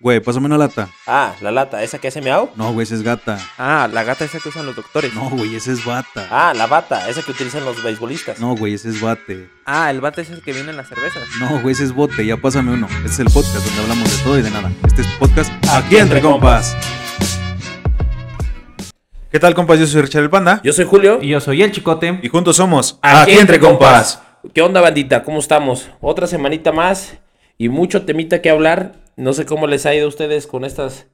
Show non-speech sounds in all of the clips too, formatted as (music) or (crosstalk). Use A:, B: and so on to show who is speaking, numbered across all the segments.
A: Güey, pásame una lata.
B: Ah, la lata, ¿esa que hace miau?
A: No, güey, esa es gata.
C: Ah, la gata esa que usan los doctores.
A: No, güey, esa es bata.
B: Ah, la bata, esa que utilizan los beisbolistas.
A: No, güey, ese es bate.
C: Ah, el bate es el que viene en las cervezas.
A: No, güey, ese es bote. Ya pásame uno. Este es el podcast donde hablamos de todo y de nada. Este es podcast
B: Aquí Entre Compas.
A: ¿Qué tal, compas? Yo soy Richard el Panda.
B: Yo soy Julio.
C: Y yo soy el chicote.
A: Y juntos somos
B: ¿Qué onda, bandita? ¿Cómo estamos? Otra semanita más y mucho temita que hablar. No sé cómo les ha ido a ustedes con estas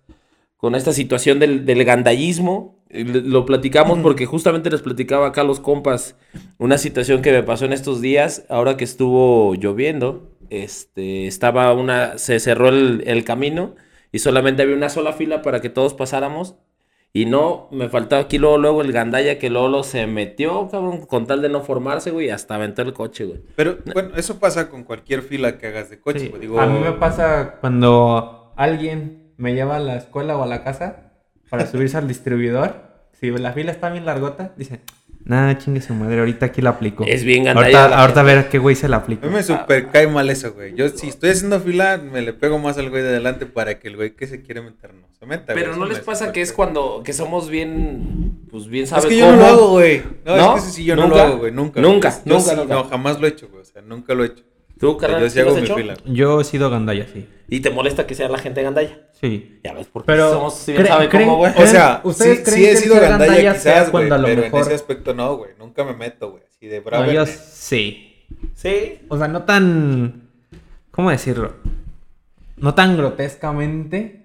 B: con esta situación del, del gandallismo. Eh, le- Lo platicamos porque justamente les platicaba acá a los compas una situación que me pasó en estos días, ahora que estuvo lloviendo. Este, estaba una, se cerró el, el camino y solamente había una sola fila para que todos pasáramos. Y no, me faltaba aquí luego, luego el gandalla que Lolo se metió, cabrón, con tal de no formarse, güey, hasta aventó el coche, güey.
D: Pero bueno, eso pasa con cualquier fila que hagas de coche.
E: Sí,
D: pues, digo,
E: A mí me pasa cuando alguien me lleva a la escuela o a la casa para subirse al distribuidor. Si la fila está bien largota, dice, nah, chingue su madre, ahorita aquí la aplico.
B: Es bien gandalla.
E: ahorita, ahorita a ver a qué güey se la aplico.
D: a mí me super cae mal eso, güey. Yo si estoy haciendo fila, me le pego más al güey de adelante para que el güey que se quiere meter no se meta. güey.
B: Pero
D: Eso
B: no
D: me
B: les pasa
D: super
B: que es
D: cae.
B: cuando que somos bien, pues bien sabes
D: Es que yo no
B: cómo.
D: lo hago, güey. No,
B: ¿No?
D: es que eso sí yo no lo
B: ¿Nunca?
D: hago, güey. Nunca.
B: Nunca,
D: güey. Yo
B: nunca,
D: sí,
B: nunca.
D: No, jamás lo he hecho, güey. O sea, nunca lo he hecho.
B: Tú, carnal,
D: Yo sí
B: ¿sí lo
D: hago
B: has
D: mi
B: hecho?
D: fila.
E: Yo he sido gandalla, sí.
B: Y te molesta que sea la gente gandalla.
E: Sí.
B: Ya ves, porque
E: Pero
B: somos, si bien
E: ¿creen-
B: sabe
E: creen-
B: cómo, güey.
D: O sea,
E: ¿Ustedes
D: sí,
E: creen
D: sí
E: que
D: he
E: el
D: sido
E: ser
D: gandalla
E: gandalla sea
D: quizás, güey.
E: cuando a lo
D: Pero
E: mejor-
D: en ese aspecto no, güey. Nunca me meto, güey. Así de bravo.
E: No, yo
D: güey.
E: sí.
B: Sí.
E: O sea, no tan... ¿Cómo decirlo? No tan grotescamente.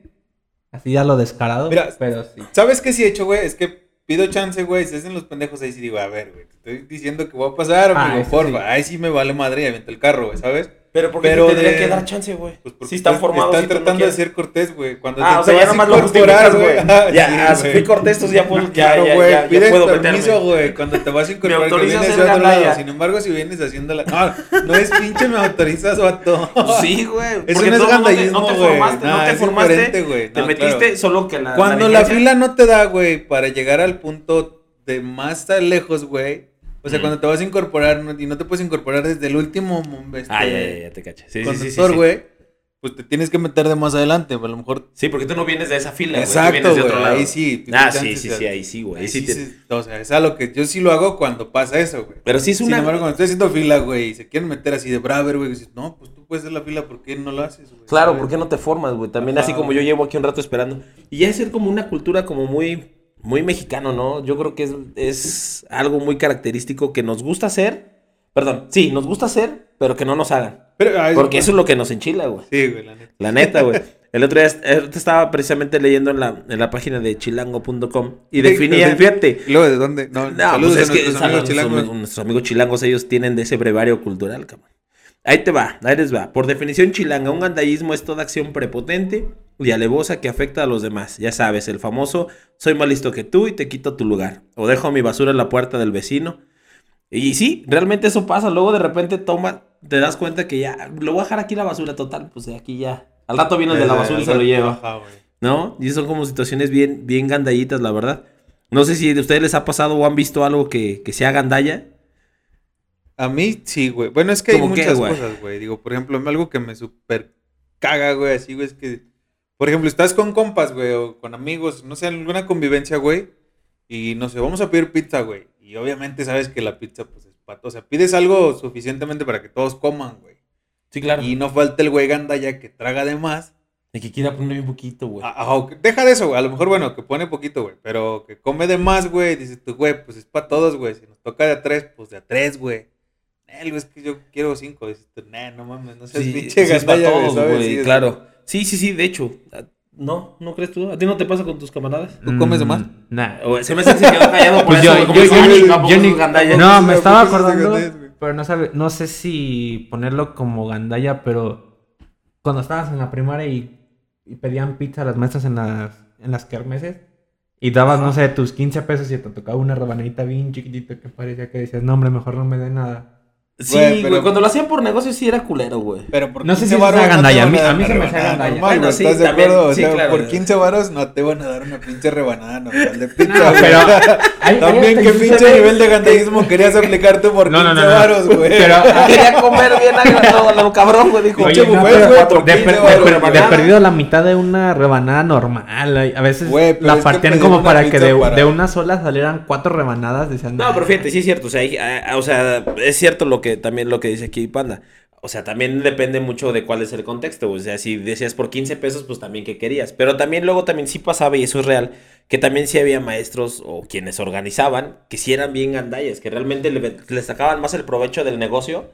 E: Así ya lo descarado.
D: Mira,
E: pero sí.
D: ¿Sabes qué sí he hecho, güey? Es que pido chance, güey. Si hacen los pendejos ahí, sí digo, a ver, güey. Te estoy diciendo que voy a pasar,
E: Ah,
D: amigo,
E: eso
D: porfa.
E: sí.
D: Ahí sí me vale madre y aviento el carro, güey, ¿sabes?
B: Pero porque
D: Pero
B: te tendría
D: de-
B: que dar chance, güey.
D: Pues
B: si están
D: estás-
B: formados.
D: Estás
B: y tú no
D: tratando de
B: quieres.
D: ser cortés, güey. Cuando
B: Ah,
D: te-
B: o sea,
D: te
B: ya
D: vas a
B: nomás lo
D: incorporar,
B: justificas, güey.
D: (laughs) Ah,
B: Ya,
D: sí,
B: fui
D: güey.
B: cortés, entonces ya (laughs) puedo, ya,
D: Claro,
B: ya,
D: güey,
B: ya, ya
D: pides
B: puedo
D: permiso, (laughs)
B: meterme.
D: güey, cuando te vas a incorporar, que
B: autorizas
D: vienes
B: ser
D: de otro
B: gandalla.
D: lado. Sin embargo, si vienes haciendo la... No, no es pinche, me autorizas, vato.
B: Sí, güey.
D: Eso
B: porque
D: no es
B: tú
D: gandallismo,
B: No te,
D: güey.
B: formaste, no
D: Nah,
B: te
D: es
B: formaste.
D: diferente, güey.
B: Te
D: No,
B: metiste
D: claro.
B: solo que la.
D: Cuando la
B: diferencia-
D: fila no te da, güey, para llegar al punto de más tan lejos, güey. O sea,
B: Mm.
D: cuando te vas a incorporar no- y no te puedes incorporar desde el último mom- este,
B: Ah, ya, ya, ya te caché. Sí, sí, sí, sí,
D: conductor,
B: sí.
D: güey, pues te tienes que meter de más adelante. pues, A lo mejor.
B: Sí, porque tú no vienes de esa fila, güey. tú
D: Exacto,
B: vienes de
D: güey.
B: otro lado.
D: Ahí sí.
B: Ah,
D: tienes
B: sí,
D: chance,
B: sí,
D: o sea,
B: sí, ahí sí, güey.
D: ahí
B: ahí sí
D: sí
B: te-
D: se- O sea, es a lo que yo sí lo hago cuando pasa eso, güey.
B: Pero sí es
D: Sin
B: una.
D: embargo, cuando estoy haciendo fila, güey, y se quieren meter así de braver, güey, dices, no, pues tú puedes hacer la fila, ¿por qué no lo haces, güey?
B: Claro,
D: ¿Sabes?
B: ¿por qué no te formas, güey? También
D: Ajá,
B: así como
D: Ah, güey.
B: yo llevo aquí un rato esperando. Y ya es ser como una cultura como muy, muy mexicano, ¿no? Yo creo que es, es algo muy característico que nos gusta hacer. Perdón, sí, nos gusta hacer, pero que no nos hagan.
D: Pero, ay,
B: Porque eso es lo que nos enchila, güey.
D: Sí, güey, la neta.
B: La neta, güey. El otro día est- el otro día estaba precisamente leyendo en la, en la página de chilango.com y
D: Sí,
B: definía,
D: sí.
B: fíjate.
D: ¿Y luego de dónde? No,
B: No,
D: saludos
B: pues es
D: a
B: que
D: nuestros amigos
B: saludos a
D: chilangos.
B: nuestros- nuestros amigos chilangos, ellos tienen de ese brevario cultural, cabrón. Ahí te va, ahí les va. Por definición chilanga, un gandallismo es toda acción prepotente y alevosa que afecta a los demás. Ya sabes, el famoso soy más listo que tú y te quito tu lugar. O dejo mi basura en la puerta del vecino. Y sí, realmente eso pasa. Luego de repente toma, te das cuenta que ya, lo voy a dejar aquí la basura total, pues de aquí ya. Al rato viene
D: Eh,
B: el de la basura y se lo lleva.
D: Ajá, güey.
B: ¿no? Y son como situaciones bien, bien gandallitas, la verdad. No sé si de ustedes les ha pasado o han visto algo que, que sea gandalla.
D: A mí sí, güey. Bueno, es que hay
B: ¿Cómo qué,
D: muchas
B: güey?
D: cosas, güey. Digo, por ejemplo, algo que me super caga, güey, así, güey, es que, por ejemplo, estás con compas, güey, o con amigos, no sé, alguna convivencia, güey, y no sé, vamos a pedir pizza, güey. Y obviamente sabes que la pizza, pues, es pato. O sea, pides algo suficientemente para que todos coman, güey.
B: Sí, claro.
D: Y
B: Y,
D: no falta el güey gandalla que traga de más.
B: que quiera ponerle un poquito, güey.
D: Ah, ah, ok. Deja de eso, güey. A lo mejor, bueno, que pone poquito, güey. Pero que come de más, güey. Dices tú, güey, pues es para todos, güey. Si nos toca de a tres, pues de a tres, güey. Nel, güey, es que yo quiero cinco. Dices tú, nah, no mames, no seas
B: Sí,
D: pinche
B: sí es pa'
D: gandalla,
B: todos,
D: ¿sabes?
B: güey,
D: Sí, es-
B: claro. Sí, sí, sí, de hecho. a- ¿No? ¿No crees tú? ¿A ti no te pasa con tus camaradas?
D: ¿Tú comes de más?
E: Mm, Nah.
B: O- Se me hace que se quedó (laughs) callado por
E: Pues
B: eso,
E: yo-
B: güey, como
E: yo-
B: dice,
E: yo
B: "Ay,
E: ni-
B: tampoco
E: yo
B: sos
E: ni-
D: no
B: gandalla".
E: No,
D: sé,
E: me
D: güey,
E: estaba
D: ¿por qué no se
E: acordando,
D: gandalla, güey?
E: pero no sabe, no sé si ponerlo como gandalla, pero cuando estabas en la primaria y, y pedían pizza a las maestras en las, en las kermeses y dabas, no
D: (laughs)
E: sé, tus 15 pesos y te tocaba una rebanadita bien chiquitita que parecía que decías, no hombre, mejor no me dé nada.
B: Sí,
D: Güey,
B: güey,
D: pero-
B: cuando lo hacían por negocio sí era culero, güey. (laughs)
D: Pero por
E: No sé
D: 15
E: si
D: varos
E: se haga
D: no te
E: gandalla, a
D: van
E: mí- a
D: dar
E: mí
D: una
E: se me hace
D: rebanada
E: gandalla.
D: normal,
B: Bueno,
D: güey,
B: sí,
D: ¿Estás de
B: también,
D: acuerdo? O
B: sí,
D: sea,
B: claro.
D: por 15 varos no te van a dar una pinche rebanada normal
E: (laughs)
D: de pizza.
E: No,
D: güey.
E: pero- Hay- hay
D: También
E: hasta (laughs)
D: qué
E: inclusive-
D: pinche nivel de gandallismo querías aplicarte por 15
E: No, no, no, no.
D: varos, güey.
E: Pero, ah,
B: Quería comer bien agradado, lo cabrón, güey, dijo.
D: (laughs)
E: oye,
D: Pinche
E: no,
D: buffet,
E: pero
D: güey,
E: de,
D: por
E: per-
D: 15
E: de
D: varos,
E: per-
D: la
E: de
D: rebanada.
E: perdido la mitad de una rebanada normal. ay, A veces
D: Güey, pero es
E: la
D: que
E: partían
D: pedir
E: como
D: una
E: para que
D: pizza
E: de,
D: para-
E: de una sola salieran cuatro rebanadas. Decían,
B: No, pero fíjate, sí es cierto, o sea, hay- a- a- o sea, es cierto lo que también lo que dice aquí Panda. O sea, también depende mucho de cuál es el contexto, o sea, si decías por 15 pesos, pues también que querías. Pero también luego también sí pasaba, y eso es real, que también sí había maestros o quienes organizaban que sí eran bien gandallas, que realmente le, le sacaban más el provecho del negocio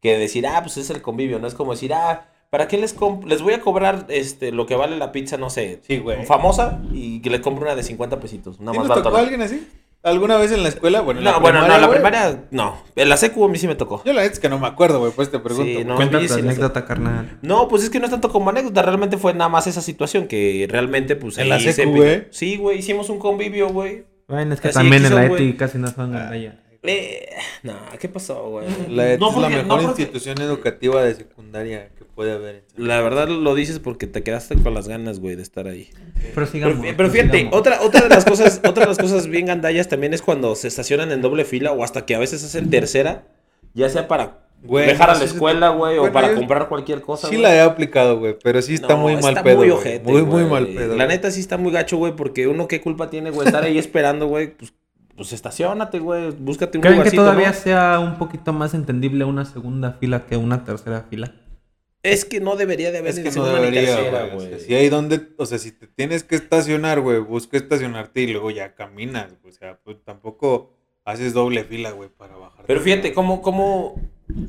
B: que decir, ah, pues es el convivio, no es como decir, ah, ¿para qué les comp- les voy a cobrar este lo que vale la pizza, no sé,
D: Sí, güey.
B: famosa y que le compro una de 50 pesitos, nada
D: ¿Sí
B: más
D: nos tocó
B: barata.
D: a alguien así? ¿Alguna vez en la escuela? Bueno, en
B: No, bueno, no, la
D: güey.
B: primaria, no. En la secu a mí sí me tocó.
D: Yo la neta es que no me acuerdo, güey, pues te pregunto.
B: Sí,
D: güey.
B: no,
E: Cuenta
B: sí,
E: tu
B: sí, no sé.
E: anécdota, carnal.
B: No, pues es que no es tanto como anécdota, realmente fue nada más esa situación que realmente, pues.
D: En la
B: ahí
D: secu,
B: se-
D: güey.
B: Sí, güey, hicimos un convivio, güey.
E: Bueno, es que
B: Así
E: también en
B: quiso,
E: la
B: güey. Ah,
E: ETI casi no son gandalla.
B: Eh, no, ¿qué pasó, güey?
D: La ETS
B: No,
D: es la
B: porque-
D: mejor
B: no, porque-
D: institución educativa de secundaria que puede haber. en-
B: La verdad lo dices porque te quedaste con las ganas, güey, de estar ahí.
E: Pero
B: Pero,
E: sigamos.
B: pero fíjate,
E: sigamos.
B: otra, otra de las cosas, (laughs) otra de las cosas bien gandallas también es cuando se estacionan en doble fila o hasta que a veces hacen tercera, ya sea para
D: Güey,
B: dejar a
D: no
B: la
D: sé si-
B: escuela, güey, o
D: Bueno,
B: para
D: yo-
B: comprar cualquier cosa.
D: Sí
B: güey.
D: la he aplicado, güey, pero sí está
B: No,
D: muy mal pedo.
B: Muy,
D: güey.
B: ojete,
D: muy, muy
B: güey.
D: mal pedo.
B: La
D: güey.
B: neta sí está muy gacho, güey, porque uno qué culpa tiene, güey,
D: (laughs)
B: estar ahí esperando, güey. Pues, pues estacionate, güey. Búscate un
E: ¿Creen que
B: lugarcito,
E: todavía
B: ¿no?
E: sea un poquito más entendible una segunda fila que una tercera fila?
B: Es que no debería de haber
D: Es
B: ni
D: que no
B: segunda ni
D: debería,
B: tercera,
D: güey. O sea, si hay donde, o sea, si te tienes que estacionar, güey, busca estacionarte y luego ya caminas, güey. o sea, pues tampoco haces doble fila, güey, para bajar.
B: Pero fíjate, cómo, cómo,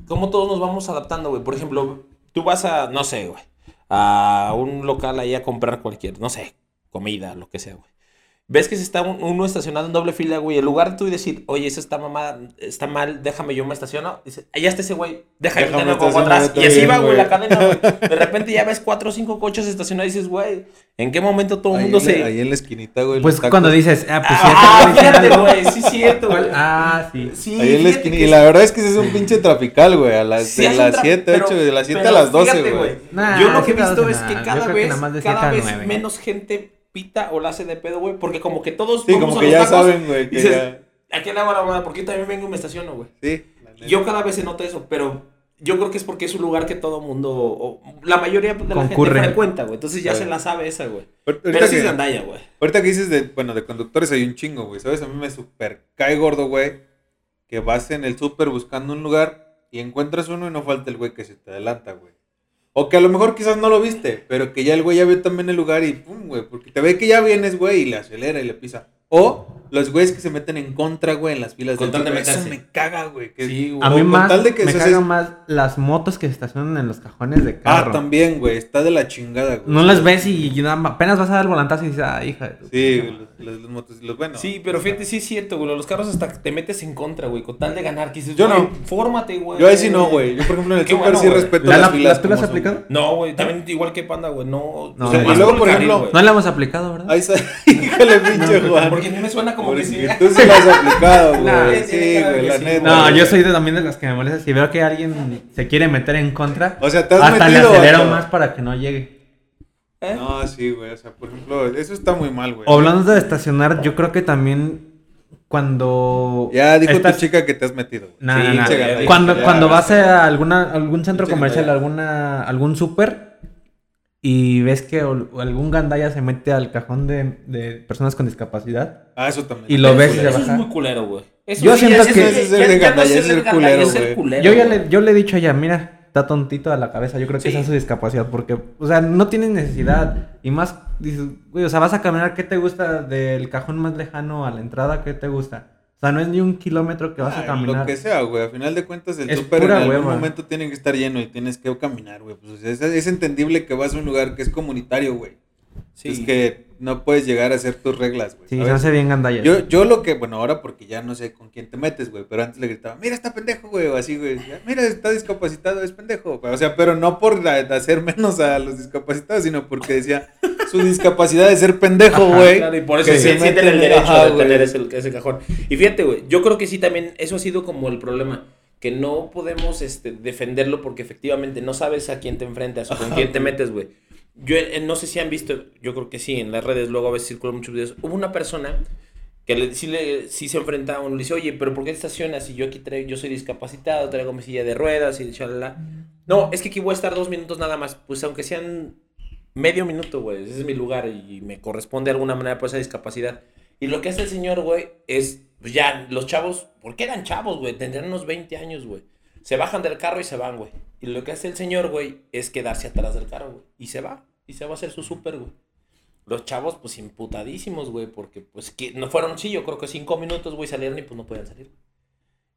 B: cómo todos nos vamos adaptando, güey. Por ejemplo, tú vas a, no sé, güey, a un local ahí a comprar cualquier, no sé, comida, lo que sea, güey. Ves que se está un- uno estacionado en doble fila, güey. En lugar de tú decir, oye, esa está mamada, está mal, déjame, yo me estaciono. Dice, allá está ese güey, déjame, yo
D: Déjame,
B: me pongo
D: estaciono
B: atrás.
D: yo
B: Y así
D: también,
B: va, güey,
D: güey.
B: la cadena, güey.
D: (laughs)
B: De repente ya ves cuatro o cinco coches estacionados y dices, güey, ¿en qué momento todo el
D: Ahí
B: mundo
D: en la-
B: se...?
D: Ahí en la esquinita, güey.
E: Pues
D: los tacos.
E: cuando dices, ah, pues
B: Ah,
E: sí, acabo de
B: fíjate,
E: decir
B: güey, sí es cierto,
E: algo.
D: (laughs)
B: güey.
E: Ah, sí.
B: Sí,
D: Ahí en la
B: fíjate
D: esquina.
B: que
D: Y la verdad es que ese es un pinche trafical, güey. A las,
B: Sí
D: de
B: hace un
D: las
B: tra-
D: 7,
B: pero-
D: 8, de las 7 a
B: pero
D: las 12,
B: fíjate,
D: güey.
E: Nah,
B: yo lo que he
E: sí te
B: visto
E: hace
B: es que
E: nada. Yo
B: cada
E: creo que
B: vez,
E: nada más de siete
B: cada
E: a
B: vez
E: nueve.
B: menos gente pita o la hace de pedo, güey, porque como que todos
D: Sí,
B: vamos
D: como
B: a
D: que
B: los
D: ya
B: tacos
D: saben, güey,
B: y
D: que
B: dices,
D: ya.
B: ¿A qué le hago la mamada? Porque yo también vengo y me estaciono, güey.
D: Sí. la
B: Y
D: neta.
B: Yo cada vez se nota eso, pero yo creo que es porque es un lugar que todo mundo, o la mayoría de la
E: Concurre.
B: gente frecuenta, güey. Entonces ya
D: Sí.
B: se la sabe esa, güey.
D: Ahor-
B: Pero
D: Ahorita
B: sí es
D: que,
B: gandalla, güey.
D: ahorita que dices de, bueno, de conductores hay un chingo, güey. ¿Sabes? A mí me super cae gordo, güey. Que vas en el súper buscando un lugar y encuentras uno y no falta el güey que se te adelanta, güey. O que a lo mejor quizás no lo viste, pero que ya el güey ya vio también el lugar y pum, güey. Porque te ve que ya vienes, güey, y le acelera y le pisa. O los güeyes que se meten en contra, güey, en las filas
B: Con
D: del
B: tal de
D: súper. Eso
B: meterse.
D: me caga, güey. que-
B: Sí, güey.
E: A
D: o
E: mí
D: con
E: más,
D: tal de que
E: me
D: se-
E: cagan más las motos que se estacionan en los cajones de carro.
D: Ah, también, güey. Está de la chingada, güey.
E: No las ves y nada más- apenas vas a dar el volantazo y dices, ah, hija. de tu
D: Sí,
E: puta madre".
D: los, los, los motos- los- bueno.
B: Sí, pero fíjate, sí es cierto, güey. Los carros hasta te metes en contra, güey, con tal de ganar. Que dices,
D: Yo no.
B: güey, Fórmate, güey.
D: Yo ahí sí no, güey. Yo, por ejemplo, en el
B: Qué
D: súper
B: bueno,
D: sí
B: güey.
D: respeto
E: ¿La-
D: las
E: la-
D: filas.
E: ¿las tú las
D: como son,
E: aplicas?
D: güey.
B: No, güey, también igual que Panda, güey, no.
E: No,
B: o sea,
E: y
B: más
D: luego,
B: el
D: por
B: carril,
D: ejemplo,
E: No la hemos aplicado, ¿verdad?
D: Ahí está. (laughs)
B: (laughs)
D: Híjole, pinche Juan.
B: Porque a mí me suena como que sí.
D: Porque tú sí las has aplicado, güey.
E: Nah,
B: tiene
D: sí,
B: cara
D: güey,
B: que
D: la
B: sí,
D: neta.
E: No,
D: güey.
E: yo soy de, también de las que me molesta. Si veo que alguien se quiere meter en contra,
D: O sea, te has
E: hasta
D: metido.
E: le acelero
D: vato?
E: más para que no llegue.
B: ¿Eh?
D: No, sí, güey. O sea, por ejemplo, eso está muy mal, güey.
E: O hablando de estacionar, yo creo que también cuando.
D: Ya dijo
E: estás-
D: tu chica que te has metido, güey.
E: Nah, nah,
D: Pinche
E: nah.
D: gandalla.
E: Cuando,
D: Ya,
E: cuando
D: ya.
E: vas a alguna, algún centro
D: Pinche
E: comercial,
D: gandalla.
E: alguna, algún súper, y ves que ol- algún gandaya se mete al cajón de, de personas con discapacidad,
D: Ah, eso también.
E: Y lo
D: Eso
E: ves y
D: es
E: se
B: Eso es
E: baja.
B: muy culero, güey. Eso
E: Yo
B: sí,
E: siento
B: ya-
E: que-
B: ya-
D: Ese es
B: ya-
D: el
B: ya no
D: gandalla,
B: es
D: ese es el
B: gandalla,
D: culero,
B: es el
D: güey.
B: culero,
E: yo ya
B: güey.
E: le, yo le he dicho a ella, mira, está tontito de la cabeza, yo creo que
B: Sí.
E: esa es su discapacidad, porque, o sea, no tienes necesidad, y más, dices, güey, o sea, vas a caminar, ¿qué te gusta del cajón más lejano a la entrada? ¿Qué te gusta? O sea, no es ni un kilómetro que vas a
D: Ay, Lo
E: caminar.
D: que sea, güey. A final de cuentas, el
E: Es
D: súper en
E: pura
D: algún
E: hueva.
D: momento tiene que estar lleno y tienes que caminar, güey. Pues, o sea, es, es entendible que vas a un lugar que es comunitario, güey.
B: Sí.
D: Es que no puedes llegar a hacer tus reglas, güey.
E: Sí,
D: ¿sabes?
E: se hace bien gandalla.
D: Yo, yo lo que, bueno, ahora porque ya no sé con quién te metes, güey, pero antes le gritaba, mira, está pendejo, güey, o así, güey, ya, mira, está discapacitado, es pendejo, o sea, pero no por la- hacer menos a los discapacitados, sino porque decía, su discapacidad de ser pendejo,
E: Ajá,
D: güey.
B: Claro, y por eso
D: que
B: sí,
D: se
B: sienten
D: meten-
B: el derecho
D: ajá,
B: de
D: güey.
B: tener ese, ese cajón. Y fíjate, güey, yo creo que sí también, eso ha sido como el problema. que no podemos este, defenderlo porque efectivamente no sabes a quién te enfrentas o con quién te metes, güey. Yo eh, no sé si han visto, yo creo que sí, en las redes luego a veces circulan muchos videos. Hubo una persona que le, sí, le- sí se enfrentaba a uno, le dice, oye, pero ¿por qué estacionas? Y yo aquí traigo, yo soy discapacitado, traigo mi silla de ruedas y chalala. No, es que aquí voy a estar dos minutos nada más. Pues aunque sean medio minuto, güey, ese es mi lugar y me corresponde de alguna manera por esa discapacidad. Y lo que hace el señor, güey, es, pues ya, los chavos, ¿por qué eran chavos, güey? Tendrían unos 20 años, güey. Se bajan del carro y se van, güey. Y lo que hace el señor, güey, es quedarse atrás del carro, güey. Y se va. Y se va a hacer su súper, güey. Los chavos, pues imputadísimos, güey, porque, pues, que no fueron, sí, yo creo que cinco minutos, güey, salieron y pues no podían salir.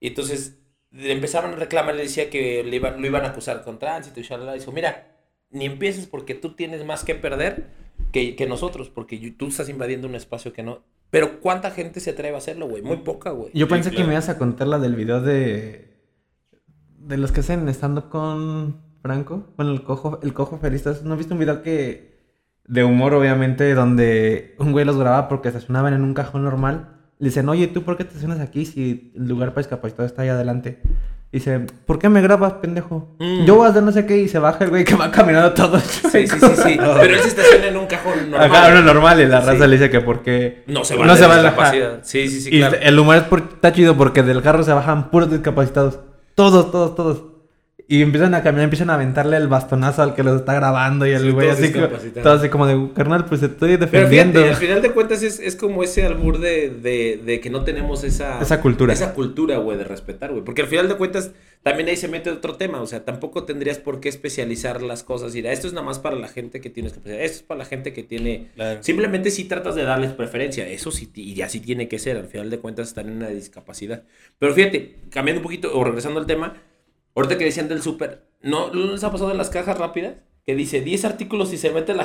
B: Y entonces le empezaron a reclamar, le decía que le iban, lo iban a acusar con tránsito y shalala. Dijo, mira, ni empieces porque tú tienes más que perder que, que nosotros, porque yo- tú estás invadiendo un espacio que no. Pero ¿cuánta gente se atreve a hacerlo, güey? Muy poca, güey.
E: Yo
D: Sí,
E: pensé que
D: claro.
E: me ibas a contar la del video de. De los que hacen estando con Franco. Bueno, el cojo, el cojo feliz. ¿Tú has- ¿No viste un video que. De humor, obviamente, donde un güey los grababa porque estacionaban en un cajón normal. Le dicen, oye, ¿tú por qué te estacionas aquí si el lugar para discapacitados está ahí adelante? Dice, ¿por qué me grabas, pendejo?
B: Mm.
E: Yo voy a hacer no sé qué y se baja el güey que va caminando todo.
B: Sí, sí, sí,
E: (laughs)
B: (laughs) sí. Pero él se estaciona en un cajón normal.
E: Acá uno normal y la raza
B: Sí.
E: le dice que por qué.
B: No se va
E: no
B: de
E: se va a la-
B: discapacidad. Sí, sí, sí,
E: Y
B: claro.
E: el humor es por- está chido porque del carro se bajan puros discapacitados. Todos, todos, todos. Y empiezan a caminar, empiezan a aventarle el bastonazo al que los está grabando y el
B: Sí,
E: güey
B: todos
E: así, como,
B: discapacitados.
E: todo así como de, carnal, pues te estoy
B: Pero
E: defendiendo.
B: fíjate, al final de cuentas es, es como ese albur de, de, de que no tenemos esa...
E: Esa cultura.
B: Esa cultura, güey, de respetar, güey. Porque al final de cuentas también ahí se mete otro tema. O sea, tampoco tendrías por qué especializar las cosas. Y esto es nada más para la gente que tiene discapacidad. Esto es para la gente que tiene...
D: Claro.
B: Simplemente si tratas de darles preferencia. Eso sí, ti- y así tiene que ser. Al final de cuentas están en una discapacidad. Pero fíjate, cambiando un poquito o regresando al tema, ahorita que decían del súper, ¿no, ¿no les ha pasado en las cajas rápidas? Que dice 10 artículos y se mete la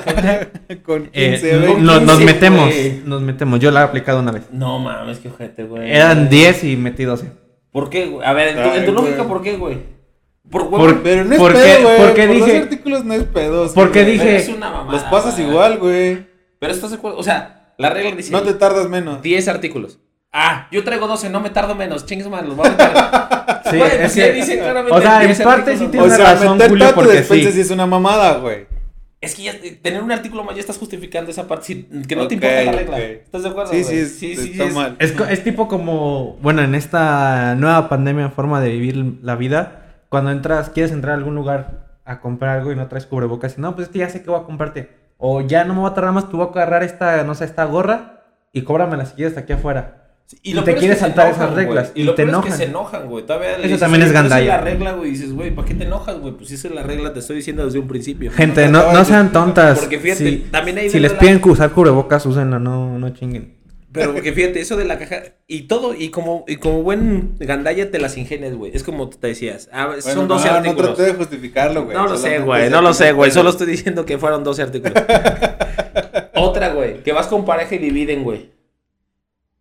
D: (laughs)
B: gente.
D: Con
E: Eh,
D: 15,
E: no-
D: 20.
E: no- nos
B: 15,
E: metemos,
B: güey.
E: nos metemos. Yo la he aplicado una vez.
B: No mames, qué ojete, güey.
E: Eran 10 y metí 12.
B: ¿Por qué, güey? A ver, en tu,
D: Ay,
B: en tu
D: güey.
B: lógica, ¿por qué, güey? Por huevo.
E: Por-
D: Pero no es
E: ¿Por qué-
D: pedo, güey.
E: por qué
D: Por
E: dije-
D: Los artículos no es pedo.
E: ¿Por qué
D: güey.
E: dije-
B: Pero es una mamada.
D: Los pasas
B: güey.
D: igual, güey.
B: Pero estás de acuerdo. O sea, la regla dice
D: No te tardas menos.
B: 10 artículos. Ah, yo traigo 12, no me tardo menos. Chingues más, los voy a meter.
E: (laughs) Sí,
B: Güey, pues
E: es
B: sí,
E: que-
B: dice claramente
E: o sea,
B: 10
E: en parte
B: artículos.
E: sí
D: O
E: tienes
D: sea,
E: razón,
D: meter
E: Julio,
D: plato de
E: porque sí.
D: despensa sí es una mamada, güey.
B: Es que ya eh, tener un artículo más ya estás justificando esa parte sí, que no te
D: Ok,
B: importa la regla.
D: ok.
B: ¿Estás de acuerdo?
D: Sí,
B: güey?
D: sí, es- está
B: es-
D: mal.
E: Es, co- es tipo como, bueno, en esta nueva pandemia, forma de vivir la vida, cuando entras, quieres entrar a algún lugar a comprar algo y no traes cubrebocas, y no, pues es que ya sé que voy a comprarte. O ya no me voy a tardar más, tú voy a agarrar esta, no sé, esta gorra y cóbramela si quieres hasta aquí afuera. Y
B: lo
E: te
B: peor es
E: quieres
B: que se
E: saltar esas
B: enojan, güey.
E: reglas,
B: Y,
E: y
B: lo
E: te
B: peor es
E: enojan.
B: que se enojan, güey. Todavía le
E: Eso
B: dices,
E: también
B: "Oye,
E: es
B: pero esa
E: gandalla".
B: la regla, güey. y Dices, güey, ¿para qué te enojas, güey? Pues si esa es la regla, te estoy diciendo desde un principio.
E: Gente, no, no sean tontas.
B: Porque fíjate,
E: si,
B: también hay
E: si les
B: reglas-
E: piden que usar cubrebocas, úsenlo, no, no chinguen.
D: (laughs)
B: Pero porque fíjate, eso de la caja y todo, y como, y como buen gandalla te las ingenias, güey. Es como te decías, ah,
D: Bueno,
B: son 12
D: no,
B: artículos.
D: No traté de justificarlo, güey.
B: No lo sé,
D: Solamente
B: güey.
D: es
B: No lo sé, güey.
D: artículo.
B: Solo estoy diciendo que fueron
D: (laughs)
B: 12 artículos. Otra, güey. Que vas con pareja y dividen, güey.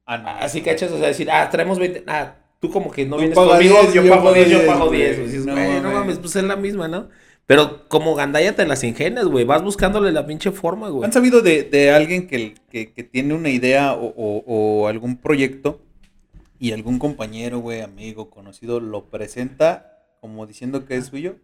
D: Ah, no.
B: Así cachas, o sea, decir, ah, traemos 20. Ah, tú como que no
D: Tú
B: vienes
D: pagas
B: conmigo,
D: 10,
B: yo, pago 10, yo pago 10.
D: güey.
B: güey. Dices,
D: No
B: güey, no
D: mames.
B: mames, pues es la misma, ¿no? Pero como gandalla te las ingenias, güey. Vas buscándole la pinche forma, güey.
D: ¿Han sabido de, de alguien que, que- que tiene una idea o, o- o algún proyecto y algún compañero, güey, amigo, conocido, lo presenta como diciendo que es suyo?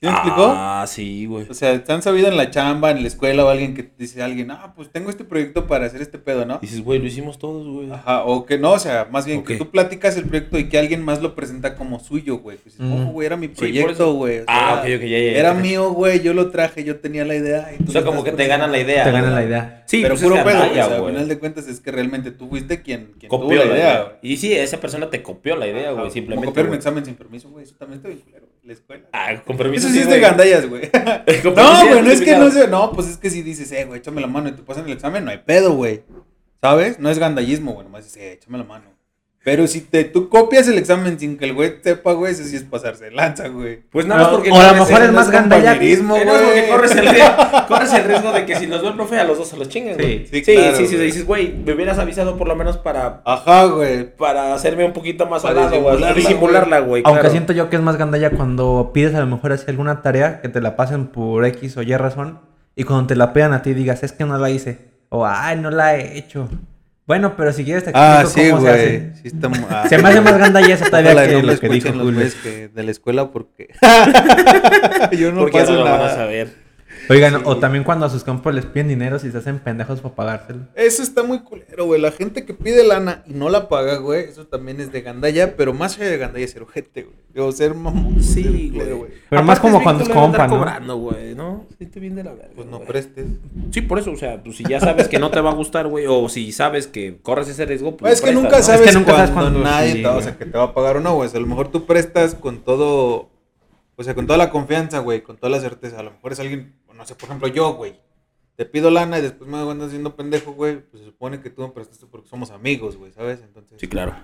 D: ¿Sí me explicó?
B: Ah, sí, güey.
D: O sea, ¿te han sabido en la chamba, en la escuela o alguien que te dice a alguien, ah, pues tengo este proyecto para hacer este pedo, ¿no?
B: Dices, güey, lo hicimos todos, güey.
D: Ajá, o que no, o sea, más bien
B: Ok.
D: que tú platicas el proyecto y que alguien más lo presenta como suyo, güey. Pues, dices,
E: Mm.
D: "Oh, güey, era mi
B: por
D: proyecto,
B: eso.
D: güey. o
B: Ah, ok,
D: sea,
B: ok, ya, ya. ya.
D: Era mío, güey, yo lo traje, yo tenía la idea. y tú
B: O sea,
D: lo
B: como que
D: estás
B: te ganan la idea.
E: Te ganan la idea.
B: Sí,
D: pero
B: pues
D: puro
B: es
D: pedo, güey.
B: gandalla,
D: o sea, al
B: güey.
D: final de cuentas es que realmente tú fuiste quien, quien tuvo
B: copió
D: la
B: la
D: idea,
B: idea.
D: güey.
B: Y sí, esa persona te copió la idea, güey,
D: Ajá,
B: simplemente.
D: Como copiar un
B: güey.
D: examen sin permiso, güey, eso también está bien culero, güey, La escuela.
B: Ah, con permiso.
D: eso sí es de
B: güey.
D: gandallas, güey.
B: (laughs) Con permiso,
D: no,
B: ya
D: güey, no es que no
B: justificado.
D: sea. No, pues es que si dices, eh, güey, échame la mano y te pasan el examen, no hay pedo, güey. ¿Sabes? No es gandallismo, güey, nomás dices, eh, échame la mano. Pero si te, tú copias el examen sin que el güey sepa, güey, eso sí es pasarse de lanza, güey.
B: Pues nada más porque.
E: o a lo
B: corres
E: mejor
B: el-
E: es más gandalla.
B: eh,
D: Compañerismo,
B: nada más porque corres el, riesgo, corres el riesgo de que si nos ve el profe, a los dos se los chingan,
E: Sí,
B: güey.
D: sí, claro,
B: sí, sí,
D: güey.
B: dices, güey, me hubieras avisado por lo menos para,
D: (laughs) Ajá, güey.
B: para hacerme un poquito más al
D: Para
B: lado, güey, para
D: disimularla,
B: disimularla, güey.
E: Aunque
B: claro.
E: siento yo que es más gandalla cuando pides a lo mejor así alguna tarea que te la pasen por X o Y razón y cuando te la pegan a ti digas, es que no la hice o ay, no la he hecho. Bueno, pero si quieres te
D: Ah,
E: explico
D: sí,
E: cómo se hace.
D: güey. Sí está
E: (laughs)
D: mu- ah.
E: Se me hace más gandalleza
D: (laughs)
E: todavía
D: Ojalá
E: que
D: no
E: lo que dijo
D: escuchen los
E: Julio.
D: güeyes que de la escuela
E: (laughs)
D: porque (laughs) yo no
B: porque ya
D: paso
B: no lo van a
D: nada.
B: saber.
E: Oigan, o también cuando a sus campos les piden dinero si se hacen pendejos para pagárselo.
D: Eso está muy culero, güey. La gente que pide lana y no la paga, güey, eso también es de gandalla, pero más allá de gandalla es ser ojete, güey. O ser mamón. ser
B: Sí,
D: culero,
B: güey.
E: Pero más
B: Aparte es
E: como
B: bien
E: cuando es
B: culero andar
E: compa, ¿no?
B: cobrando, güey, ¿no? Sí te viene de la verga,
D: Pues no
B: güey.
D: prestes.
B: Sí, por eso, o sea, pues si ya sabes que no te va a gustar, güey, o si sabes que corres ese riesgo, pues
D: es que
B: prestas,
D: nunca
B: ¿no?
D: sabes
E: Es que nunca
D: cuándo
E: sabes cuándo,
D: nadie
E: sí,
D: te, o
E: güey.
D: sea, que te va a pagar o no, güey. O sea, a lo mejor tú prestas con todo, o sea, con toda la confianza, güey, con toda la certeza. A lo mejor es alguien, no sé, por ejemplo, yo, güey. Te pido lana y después me andas haciendo pendejo, güey. Pues se supone que tú me prestaste porque somos amigos, güey, ¿sabes? Entonces.
B: Sí, claro.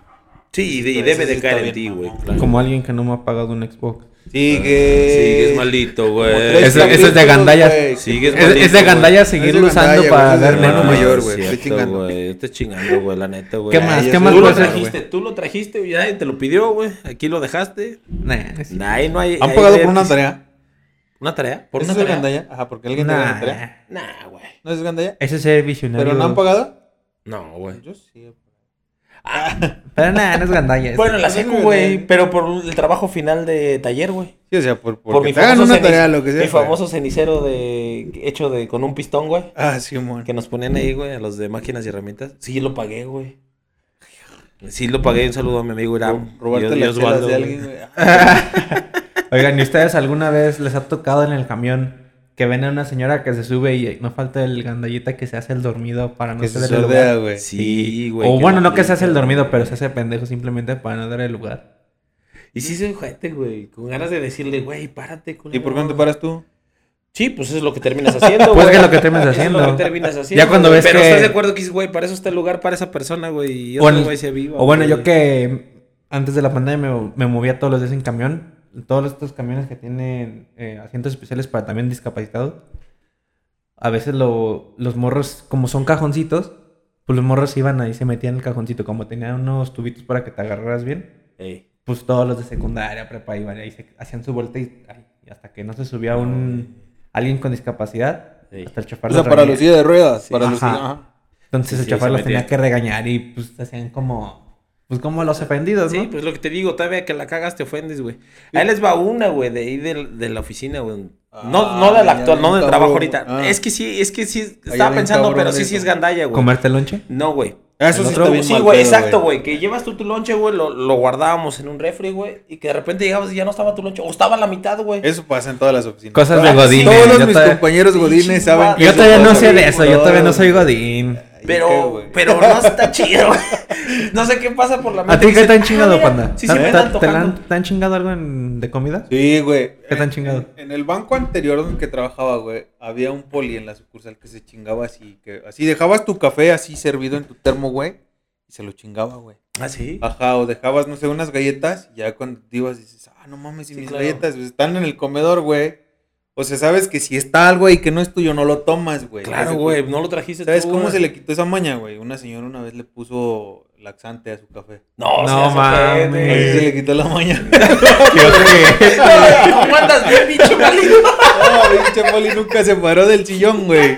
B: Sí, y, de- y
D: Sí,
B: debe
D: Pues, sí
B: de
D: está
B: caer en
D: bien,
B: ti,
D: mamón.
B: güey. claro.
E: Como alguien que no me ha pagado un Xbox.
D: Sigue.
B: Sigues maldito, eh. güey.
D: tres
E: Eso, eso es de
D: capítulos,
E: gandallas.
D: güey.
B: Sigues
E: Es, es de
B: maldito, Ah,
E: gandallas
D: güey.
E: seguirlo
D: Es de
E: usando
D: gandalla,
E: para
D: güey, es de
E: darle
D: hermano
E: más.
D: mayor, güey.
B: Cierto,
D: Estoy chingando.
B: güey. Estoy chingando, güey, la neta, güey.
E: ¿Qué
B: Ay,
E: más?
D: ya
E: ¿Qué
D: sé.
E: más
B: Tú lo
E: puede ser, güey?
B: trajiste, tú lo trajiste, güey, nadie te lo pidió, güey. Aquí lo dejaste.
E: Nah, sí.
B: Nah, ahí no hay.
D: ¿Han
B: ahí
D: pagado
B: no hay
D: por una
B: artis-
D: tarea?
B: ¿Una tarea? ¿Por
D: ¿Eso
B: una
D: es de
B: tarea?
D: gandalla? Ajá, porque alguien tiene una tarea.
E: Nah.
B: Nah, güey.
D: ¿No es de gandalla?
E: Eso es ser visionario.
D: ¿Pero no han pagado?
B: No, güey.
D: Yo sí.
E: Pero nada, no
D: (laughs)
E: es gandalla. es-
B: Bueno, la
D: Eso es
B: secu,
D: de
B: güey,
D: gandalla.
B: pero por el trabajo final de taller, güey.
D: Sí, o sea, por,
B: Por mi
D: porque te hagan
B: famoso
D: una
B: ceniz-
D: tarea, lo que sea.
B: Mi
D: güey.
B: famoso cenicero de hecho de con un pistón, güey.
D: Ah, Simón.
B: Que nos ponían ahí, güey, a los de máquinas y herramientas. Sí, lo pagué, güey. Sí, lo pagué. Un saludo a mi amigo Irán.
D: Robarte
B: y- y
D: las
B: Osvaldo,
D: chelas de
B: güey.
D: alguien, (laughs) güey. Ah,
E: Oigan, ¿y ustedes alguna vez les ha tocado en el camión que ven a una señora que se sube y no falta el gandallita que se hace el dormido para no
D: Que se
E: ceder el
D: sordea,
E: lugar?
D: güey.
B: Sí, güey.
E: o
B: que
E: bueno,
B: la
E: no que se hace el
B: aplica.
E: dormido, pero se hace pendejo simplemente para no dar el lugar.
B: Y sí soy ojete, güey. Con ganas de decirle, güey, párate, culero.
D: ¿Y por qué no te paras tú?
B: Sí, pues es lo que terminas haciendo,
E: (laughs) Pues
B: güey.
E: que es lo que terminas
B: Es
E: haciendo.
B: lo que terminas haciendo.
E: Ya cuando
B: güey.
E: ves
B: Pero
E: que-
B: estás de acuerdo que dices, güey, para eso está el lugar, para esa persona, güey. Y
E: O en-
B: otro güey se viva.
E: O bueno,
B: güey.
E: yo que antes de la pandemia me, me movía todos los días en camión. Todos estos camiones que tienen eh, asientos especiales para también discapacitados. A veces lo- los morros, como son cajoncitos, pues los morros iban ahí, se metían en el cajoncito. Como tenían unos tubitos para que te agarraras bien,
B: Ey.
E: pues todos los de secundaria, prepa iban ahí, se hacían su vuelta y, ay, y hasta que no se subía un alguien con discapacidad,
B: Sí.
E: hasta el chofer
D: O sea,
E: los
D: para
E: regañaba.
D: los sillas de ruedas. Para los
E: Ajá.
D: sillas- ajá.
E: Entonces
B: Sí,
E: el
B: sí,
E: chofer
B: se
E: los
B: metía.
E: tenía que regañar y pues hacían como, pues como los ofendidos, ¿no?
B: Sí, pues lo que te digo, todavía que la cagas te ofendes, güey. Ahí les va una, güey, de ahí del- de, la oficina, güey. No,
D: Ah,
B: no del
D: ya
B: actual,
D: bien
B: no del
D: cabrón,
B: trabajo
D: güey.
B: ahorita.
D: Ah.
B: Es que sí, es que sí,
D: ya
B: estaba
D: bien
B: pensando,
D: cabrón
B: pero sí, sí
D: eso.
B: es gandalla, güey.
E: ¿Comerte el lonche?
B: No, güey.
D: Ah, Eso
E: El
D: sí
E: otro
D: está bien
B: Sí,
D: mal
B: güey,
D: pedo,
B: exacto, güey. Que llevas tú tu lonche, güey, lo, lo guardábamos en un refri, güey. Y que de repente llegabas y ya no estaba tu lonche. O estaba a la mitad, güey.
D: Eso pasa en todas las oficinas.
E: Cosas de Godín.
D: Todos
E: yo,
D: mis
E: todavía,
D: compañeros
B: Sí,
D: godines saben.
B: va.
D: que
E: yo
D: eso
E: todavía no
D: pasa,
E: sé
D: güey.
E: de eso, yo todavía no soy Godín.
D: ¿Qué,
B: Pero,
D: güey?
B: pero no está (laughs) chido, güey. No sé qué pasa por la
E: ¿A ti qué
B: Dices,
E: te han
B: "Ah,
E: chingado,
B: mira,
E: panda?
B: Sí,
E: ¿Te
B: se me está
E: han- ¿Te
B: antojando.
E: han- te han chingado algo en- de comida?
D: Sí, güey.
E: ¿Qué tan
D: En-
E: chingado?
D: En, en el banco anterior donde que trabajaba, güey, había un poli en la sucursal que se chingaba así, que así dejabas tu café así servido en tu termo, güey, y se lo chingaba, güey.
B: Ah, sí.
D: Ajá, o dejabas, no sé, unas galletas, y ya cuando te ibas dices, ah, no mames, y
B: Sí,
D: mis
B: claro.
D: galletas pues, están en el comedor, güey. O sea, sabes que si está algo ahí que no es tuyo, no lo tomas, güey.
B: Claro,
D: Ese-
B: güey. No lo trajiste
D: ¿Sabes
B: tú,
D: cómo
B: güey.
D: se le quitó esa maña, güey? Una señora una vez le puso laxante a su café.
B: No,
E: No
B: seas ojete.
E: mames.
D: Así se le quitó la
E: (laughs)
D: maña.
B: ¿Cómo andas
D: (laughs)
B: bien, bicho malito?
D: No, pinche Poli nunca se paró del sillón, güey.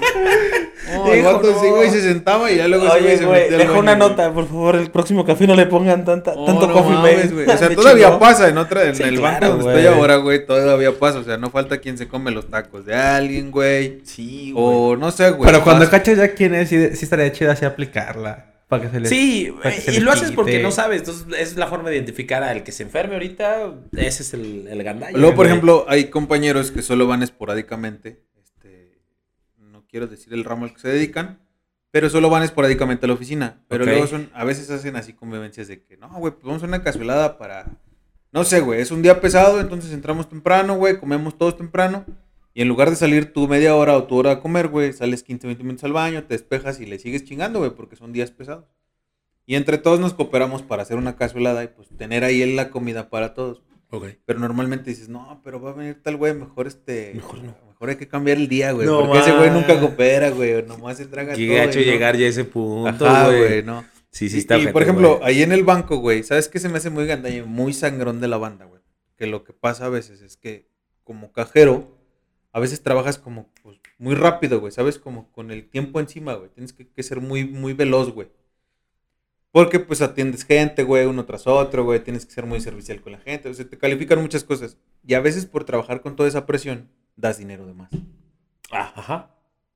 D: No, el
B: Hijo,
D: vato
B: no.
D: sí, güey, se sentaba y ya luego sí,
B: Oye,
D: se
B: güey,
D: metió al
B: deja
D: baño,
B: una
D: güey.
B: nota, por favor, el próximo café no le pongan tanta,
D: No,
B: tanto
D: no
B: coffee
D: mames,
B: mate.
D: güey. O
B: (laughs)
D: sea,
B: Me
D: todavía
B: chingó.
D: pasa en otra, en
B: Sí,
D: el
B: claro,
D: banco donde
B: güey.
D: estoy ahora, güey, todavía pasa. O sea, no falta quien se come los tacos de alguien, güey.
B: Sí, güey.
D: O no sé, güey.
E: Pero cuando
D: pasa.
E: cachas ya quién es, sí, sí estaría chido así aplicarla. Para que se le...
B: Sí,
E: para que se
B: y
E: le
B: lo haces
E: quite.
B: porque no sabes, entonces es la forma de identificar al que se enferme ahorita, ese es el, el gandalla.
D: Luego, por
B: güey.
D: ejemplo, hay compañeros que solo van esporádicamente. Este, no quiero decir el ramo al que se dedican, pero solo van esporádicamente a la oficina. Pero
B: Ok.
D: luego son, a veces hacen así convivencias de que, no, güey, pues vamos a una cazuelada para. No sé, güey, es un día pesado, entonces entramos temprano, güey, comemos todos temprano. Y en lugar de salir tu media hora o tu hora a comer, güey, sales 15, 20 minutos al baño, te despejas y le sigues chingando, güey, porque son días pesados. Y entre todos nos cooperamos para hacer una cazuelada y pues tener ahí la comida para todos.
B: Ok.
D: Pero normalmente dices, no, pero va a venir tal güey, mejor este.
B: Mejor no.
D: Mejor hay que cambiar el día, güey.
B: No
D: porque ese güey nunca
B: mames.
D: coopera, güey. o Nomás se traga
B: Qué
D: todo.
B: gacho
D: y no-
B: llegar ya a ese punto,
D: Ajá,
B: güey.
D: güey, no.
B: Sí, sí
D: Y-
B: está
D: y, por
B: ojete,
D: ejemplo,
B: güey.
D: ahí en el banco, güey, ¿sabes qué se me hace muy gandalla? y Muy sangrón de la banda, güey. Que lo que pasa a veces es que, como cajero, a veces trabajas como pues, muy rápido, güey. ¿Sabes? Como con el tiempo encima, güey. Tienes que, que ser muy, muy veloz, güey. Porque pues atiendes gente, güey, uno tras otro, güey, tienes que ser muy servicial con la gente, o sea, te califican muchas cosas. Y a veces por trabajar con toda esa presión, das dinero de más.
B: Ah, Ajá.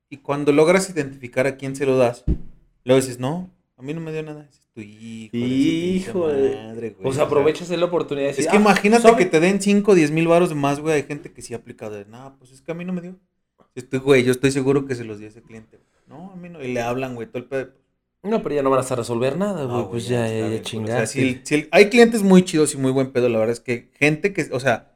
D: Y cuando logras identificar a quién se lo das, luego dices, no, a mí no me dio nada. Dices, tu hijo. de su pinche
B: Hijo de-
D: madre, güey".
B: O sea, aprovechas la oportunidad de
D: Es
B: decir,
D: que
B: "Ah,
D: imagínate
B: ¿sabe?
D: que te den 5 o 10 mil varos de más, güey. Hay gente que sí ha aplicado de nada, pues es que a mí no me dio. Estoy, güey, yo estoy seguro que se los dio ese cliente. güey. No, a mí no. Y le hablan, güey, todo el pedo.
B: No, pero ya no vas a resolver nada, güey.
D: No, Ah, güey,
B: pues
D: está
B: ya, ya,
D: bien,
B: ya
D: güey.
B: chingaste.
D: O sea, si el- si el- hay clientes muy chidos y muy buen pedo, la verdad es que gente que, o sea,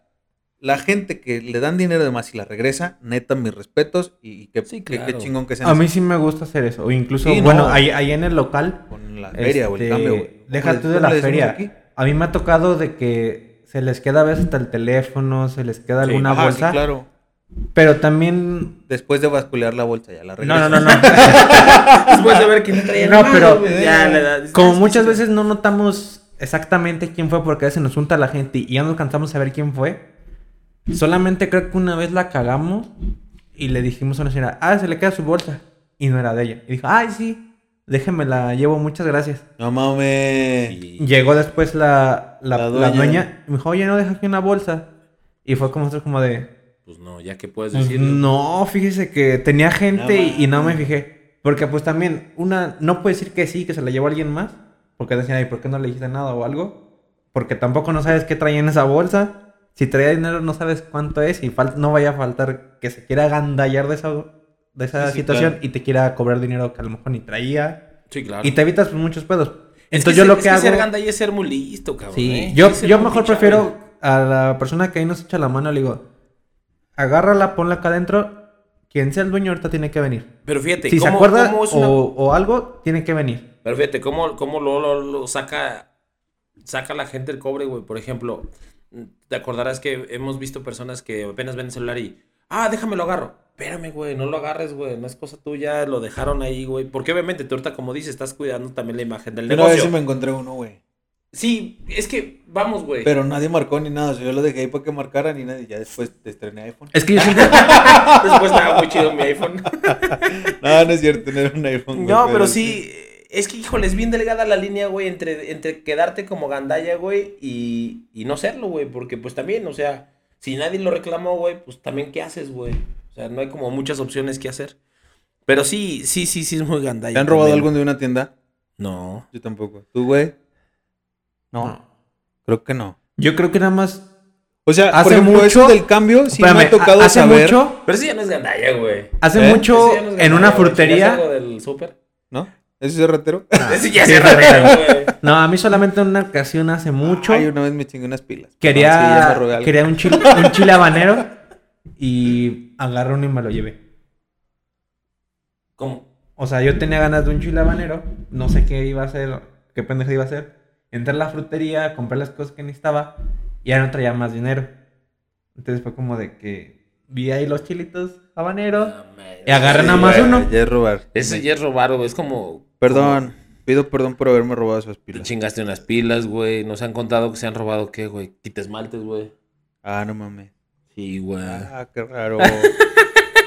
D: la gente que le dan dinero de más y la regresa, neta, mis respetos y, y qué,
B: Sí,
D: qué- qué
B: claro.
D: chingón que sean.
E: A mí sí me gusta hacer eso. O incluso,
D: Sí,
E: bueno,
D: no.
E: ahí, ahí en el local.
D: Con la feria, güey, el
E: este,
D: cambio, güey.
E: Deja
D: ¿Cómo
E: tú
D: le-
E: de
D: cómo
E: la
D: le decimos
E: feria.
D: aquí?
E: A mí me ha tocado de que se les queda a veces hasta el teléfono, se les queda alguna
D: Ajá, sí,
E: bolsa.
D: claro.
E: Pero también
D: Después de basculear la bolsa, ya la
E: No,
D: regresa.
E: no, no, no.
B: Después de ver quién trae el
E: No,
B: malo,
E: pero-
B: güey, ya le das-
E: Como muchas veces no notamos exactamente quién fue porque a veces nos junta la gente y ya no alcanzamos a ver quién fue. Solamente creo que una vez la cagamos y le dijimos a una señora, ah, se le queda su bolsa. Y no era de ella. Y dijo, ay, sí, déjeme la llevo, muchas gracias.
D: No mames.
E: Llegó después la, la,
D: La
E: la
D: dueña.
E: dueña. y me dijo, oye, no deja aquí una bolsa. Y fue como nosotros como de,
B: Pues no, ya que puedes
E: pues,
B: decir.
E: No, fíjese que tenía gente
D: No
E: y- y no me
D: mames.
E: fijé. Porque pues también, una, no puede decir que sí, que se la llevó alguien más. Porque decían, ay, ¿por qué no le dijiste nada o algo? Porque tampoco no sabes qué traía en esa bolsa. Si traía dinero no sabes cuánto es y fal- no vaya a faltar que se quiera agandallar de esa, de esa
D: Sí, sí,
E: situación
D: claro.
E: y te quiera cobrar dinero que a lo mejor ni traía.
B: Sí, claro.
E: Y te evitas pues, muchos pedos.
B: Es
E: Entonces
B: ser-
E: yo lo
B: es
E: que
B: Ser
E: hago...
B: ganda y es ser muy listo, cabrón.
E: Sí,
B: ¿eh?
E: yo,
B: Es ser
E: yo
B: muy
E: mejor
B: pinche
E: prefiero
B: hábil.
E: a la persona que ahí nos echa la mano, le digo, agárrala, ponla acá adentro, quien sea el dueño ahorita tiene que venir.
B: Pero fíjate,
E: Si se
B: ¿cómo-
E: acuerda
B: cómo es
E: o,
B: una-
E: o algo, tiene que venir.
B: Pero fíjate, ¿cómo, cómo lo, lo- lo saca, saca la gente el cobre, güey? Por ejemplo, te acordarás que hemos visto personas que apenas ven el celular y, ah, déjame lo agarro. Espérame, güey, no lo agarres, güey, no es cosa tuya, lo dejaron ahí, güey. Porque obviamente tú ahorita, como dices, estás cuidando también la imagen del
D: Una vez sí
B: negocio.
D: me encontré uno, güey.
B: Sí, es que, vamos, güey.
D: Pero nadie marcó ni nada. o sea, yo lo dejé ahí para que marcaran y nadie. Ya después te estrené (laughs) iPhone.
E: Es que
B: (laughs)
E: yo siempre...
B: Después estaba Pues, muy chido mi iPhone.
D: No, no es cierto, no era un iPhone. güey,
B: No, pero sí. Es que, híjole, es bien delgada la línea, güey, entre, entre quedarte como gandalla, güey, y, y no serlo, güey. Porque, pues también, o sea, si nadie lo reclamó, güey, pues también, ¿qué haces, güey? O sea, no hay como muchas opciones que hacer. Pero sí, sí, sí, sí, es muy gandalla.
D: ¿Te han robado
B: también.
D: algo de una tienda?
B: No.
D: Yo tampoco. ¿Tú, güey?
E: No.
D: Creo que no.
E: Yo creo que nada más...
D: O sea, por
E: Hace
D: ejemplo,
E: mucho-
D: eso del cambio sí
E: Espérame,
D: me ha tocado
E: hace
D: saber.
E: mucho,
B: Pero sí ya no es gandalla, güey.
E: hace
D: ¿Eh?
E: mucho
B: Ese ya no es
E: en
B: gandalla,
E: una
B: güey. ¿Si ya
E: frutería... Ah,
B: salgo del súper?
E: (laughs)
D: ¿No? ¿Eso es ratero?
B: Ese ya se arregla, güey.
E: No, a mí solamente en una ocasión hace mucho
D: Ay, una vez me chingué unas pilas. Ah, sí, ya
E: quería,
D: me robé algo.
E: quería un, chile, un chile habanero y agarré uno y me lo llevé.
B: ¿Cómo?
E: O sea, yo tenía ganas de un chile habanero, no sé qué iba a hacer, qué pendeja iba a hacer. Entré a la frutería, compré las cosas que necesitaba y ya no traía más dinero. Entonces fue como de que vi ahí los chilitos habaneros
B: No, man.
E: y agarré
D: Sí,
E: nada más
D: ya-
E: uno.
D: Ya es robar.
B: Ese ya es robar, güey. Es como.
D: Perdón. Pido perdón por haberme robado esas
B: Te
D: pilas.
B: chingaste unas pilas, güey. Nos han contado que se han robado, ¿qué, güey? Quites maltes, güey.
D: Ah, no mames.
B: Sí, güey.
D: Ah, qué raro. (laughs)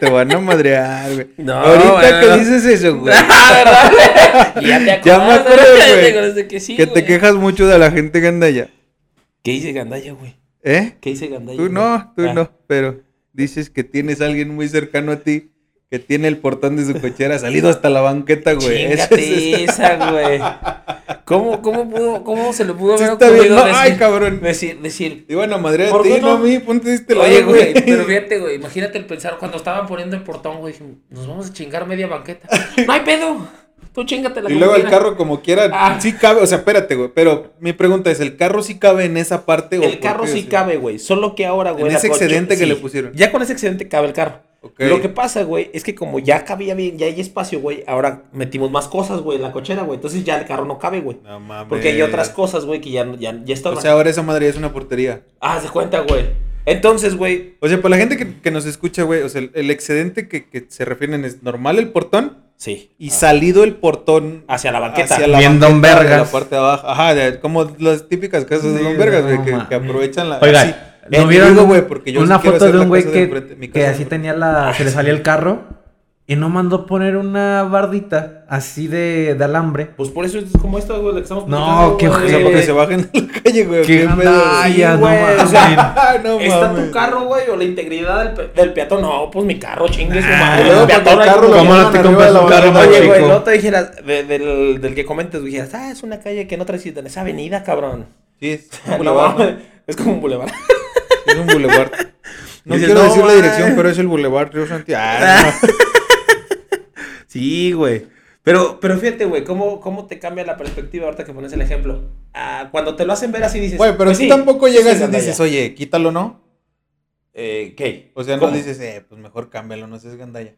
D: Te van a madrear, güey.
B: No,
D: Ahorita
B: bueno,
D: que
B: no.
D: dices eso,
B: (laughs)
D: güey.
B: Y ah, (laughs) ya te acordaste,
D: Ya me acuerdo,
B: ya te
D: güey.
B: acordaste que sí,
D: que te
B: güey.
D: quejas mucho de la gente que anda allá.
B: ¿Qué hice Gandaya, güey?
D: ¿Eh?
B: ¿Qué hice Gandaya?
D: Tú
B: güey?
D: no, tú
B: Ah,
D: no. Pero dices que tienes a alguien muy cercano a ti que tiene el portón de su cochera salido hasta la banqueta, güey. Eso (laughs)
B: Chíngate
D: es-
B: esa, güey. ¿Cómo, cómo, pudo, ¿Cómo se le pudo
D: Sí
B: haber
D: está bien,
B: ocurrido
D: ¿no? Ay, cabrón.
B: Decir, decir.
D: Y bueno, madre, a
B: ¿Por
D: ti,
B: qué
D: no a
B: no?
D: mí, ponte este lado,
B: Oye, güey, pero
D: (laughs)
B: fíjate, güey, imagínate el pensar, cuando estaban poniendo el portón, güey, dije, nos vamos a chingar media banqueta. ¡No hay pedo! Tú chingate la
D: Y luego el carro como quiera,
B: Ah.
D: sí cabe, o sea, espérate, güey, pero mi pregunta es, ¿el carro sí cabe en esa parte? o
B: El
D: por
B: carro
D: qué?
B: sí
D: O sea,
B: cabe, güey. Solo que ahora, güey.
D: En
B: la
D: ese
B: coche-
D: excedente que le pusieron.
B: Ya con ese excedente cabe el carro.
D: Ok.
B: Lo que pasa, güey, es que como ya cabía bien, ya hay espacio, güey, ahora metimos más cosas, güey, en la cochera, güey. Entonces ya el carro no cabe, güey.
D: No mames.
B: Porque hay otras cosas, güey, que ya, ya,
D: O
B: ya estaban.
D: sea, ahora esa madre es una portería.
B: Ah, se cuenta, güey. Entonces, güey,
D: O sea, para la gente que, que nos escucha, güey, o sea, el, el excedente que, que se refieren es normal el portón
B: sí.
D: y salido el portón
B: Hacia Ah. la banqueta.
D: hacia la
E: Bien,
D: banqueta
E: Don
D: de
E: Vergas.
D: la parte de abajo. Ajá, de- como las típicas casas de
E: Sí,
D: Don Vergas, güey,
E: no
D: que,
E: mames.
D: que aprovechan la.
E: Oiga,
D: así. Eh,
E: ¿no
D: te
E: vieron
D: digo, güey, porque yo sí
E: una
D: quiero
E: foto
D: hacer
E: de
D: la
E: un güey
D: casa
E: que,
D: enfrente- mi
E: que
D: casa
E: así
D: enfrente.
E: tenía la... se le salía el carro Y no mandó poner una bardita así de, de alambre.
B: Pues por eso es como esta, güey, la que estamos platicando,
E: No, qué
B: güey.
D: O sea, para que
E: Eh,
D: se bajen en la calle, güey.
E: qué
D: Qué pedo.
E: gandalla,
D: Sí,
E: no
D: güey,
E: mames.
D: o
E: (laughs)
D: sea, (laughs) no
B: ¿Está
D: mames.
B: tu carro, güey? ¿O la integridad del, pe- del peatón? No, pues mi carro, chingue su madre.
D: luego
B: El
D: para
B: peatón
D: tu
B: hay
D: carro
B: como-
D: lo
E: ¿Cómo no
D: llaman
E: te
D: arriba
E: compras
D: de la
E: un carro
D: barra,
E: más
B: Oye,
E: chico?
B: güey, no te dijeras, de- del, del que comentes, dijeras, ah, es una calle que no traes en esa avenida, cabrón.
D: Sí, es
B: Ah, No,
D: un bulevar. ¿no?
B: es como un bulevar.
D: Es un bulevar. No
B: Dices,
D: quiero
B: no,
D: decir la
B: mames.
D: dirección, pero es el bulevar Río Santiago. Ah, no.
B: Sí, güey. Pero, pero fíjate, güey, ¿cómo, cómo te cambia la perspectiva ahorita que pones el ejemplo. Ah, cuando te lo hacen ver así dices.
D: Güey, pero
B: pues
D: si
B: sí,
D: tampoco
B: sí,
D: llegas y
B: gandalla.
D: dices, oye, quítalo, ¿no?
B: Eh, ¿Qué?
D: O sea, no
B: ¿Cómo?
D: dices, eh, pues mejor cámbialo, no seas gandalla.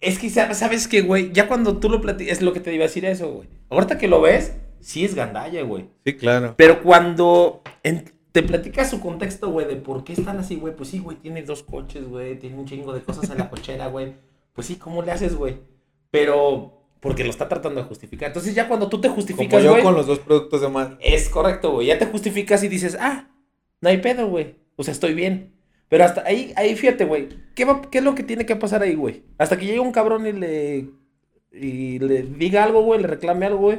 B: Es que sa- sabes que, güey, ya cuando tú lo platicas, es lo que te iba a decir eso, güey. Ahorita que lo ves, sí es gandalla, güey.
D: Sí, claro.
B: Pero cuando en- te platicas su contexto, güey, de por qué están así, güey, pues sí, güey, tiene dos coches, güey, tiene un chingo de cosas en la cochera, güey. Pues sí, ¿cómo le haces, güey? Pero porque lo está tratando de justificar. Entonces ya cuando tú te
D: Como
B: justificas,
D: yo
B: güey,
D: con los dos productos de mar.
B: es correcto, güey. Ya te justificas y dices, ah, no hay pedo, güey. O sea, estoy bien. Pero hasta ahí, ahí fíjate, güey. ¿Qué, va- ¿Qué es lo que tiene que pasar ahí, güey? Hasta que llegue un cabrón y le, y le diga algo, güey, le reclame algo, güey.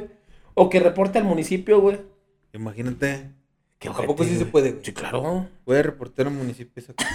B: O que reporte al municipio, güey.
D: Imagínate.
B: Qué
D: ¿A
B: ojete,
D: poco sí se
B: güey.
D: puede? güey?
B: Sí, claro.
D: Voy a reportar a municipios acá.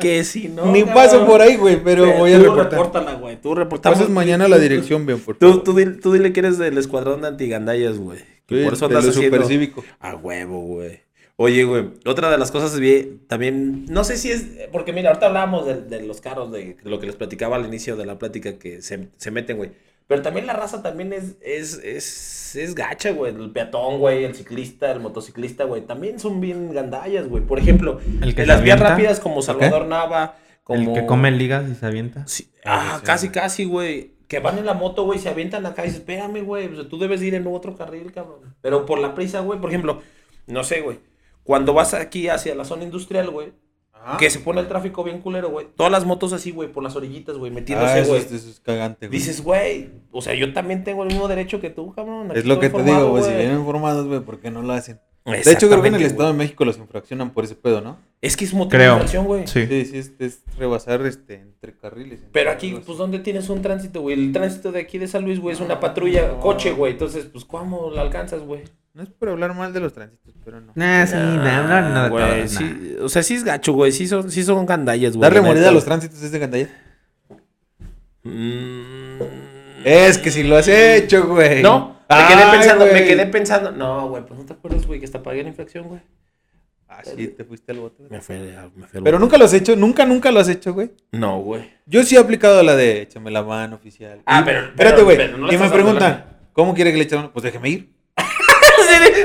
B: Que si no.
D: (laughs) Ni paso por ahí, güey, pero voy a
B: tú
D: reportar.
B: repórtala, güey. Tú reportamos.
D: Pasas mañana a la dirección, bien, por
B: Tú,
D: favor.
B: tú, dile, tú dile que eres del escuadrón de antigandallas, güey. Que
D: Sí,
B: por eso
D: de
B: andas
D: lo
B: haciendo.
D: supercívico.
B: A huevo, güey. Oye, güey, otra de las cosas bien, también, no sé si es, porque mira, ahorita hablábamos de, de los carros, de lo que les platicaba al inicio de la plática que se, se meten, güey. Pero también la raza también es, es, es, es gacha, güey. El peatón, güey, el ciclista, el motociclista, güey. También son bien gandallas, güey. Por ejemplo,
E: El que
B: en
E: se
B: las vías
E: avienta.
B: rápidas como Salvador Nava, como...
E: El que come ligas y se avienta.
B: Sí, Ah,
D: eh,
B: casi, casi, güey. Que van en la moto, güey, se avientan acá y dices, espérame, güey, o sea, tú debes ir en otro carril, cabrón. Pero por la prisa, güey, por ejemplo, no sé, güey, cuando vas aquí hacia la zona industrial, güey,
D: Ajá.
B: que se pone el tráfico bien culero, güey, todas las motos así, güey, por las orillitas, güey,
D: Ah,
B: metiéndose,
D: eso,
B: güey.
D: es, eso es cagante, güey.
B: Dices, güey, o sea, yo también tengo el mismo derecho que tú, cabrón. aquí
D: es lo que
B: estoy
D: te
B: formado,
D: digo, güey. Si vienen formados, güey, ¿por qué no lo hacen? De hecho, creo que en
B: Exactamente,
D: el
B: güey.
D: Estado de México los infraccionan por ese pedo, ¿no?
B: Es que es motivo de
E: Creo.
B: infracción, güey.
E: Sí.
D: Sí, sí, es, es rebasar este, entre carriles. entre
B: Pero aquí,
D: algo
B: pues,
D: así.
B: ¿dónde tienes un tránsito, güey? El tránsito de aquí de San Luis, güey, es una patrulla,
D: Ah, No.
B: coche, güey. Entonces, pues, ¿cómo la alcanzas, güey?
D: No es por hablar mal de los tránsitos, pero no.
E: Nah, sí, nah, no, no, no,
B: güey,
E: nah.
B: sí, o sea, sí es gacho, güey. Sí son, sí son gandallas, güey.
D: Darle
B: la
D: moneda
B: neta.
D: a los tránsitos es de gandalla.
B: Mm.
D: Es que si lo has hecho, güey.
B: No, me
D: Ay,
B: quedé pensando, me
D: güey.
B: quedé pensando. No, güey, pues no te acuerdas, güey, que hasta pagué la infracción, güey.
D: Ah, sí, te fuiste al bote. güey.
B: Me fue, me fue el-
D: Pero nunca lo has hecho, nunca, nunca lo has hecho, güey.
B: No, (laughs) güey.
D: Yo sí he aplicado la de échame la mano oficial.
B: Ah,
D: Y-
B: pero-
D: Espérate,
B: pero-
D: güey.
B: pero no le
D: y me
B: estás dando
D: preguntan, ¿cómo quiere que le eche la mano? Pues déjeme ir.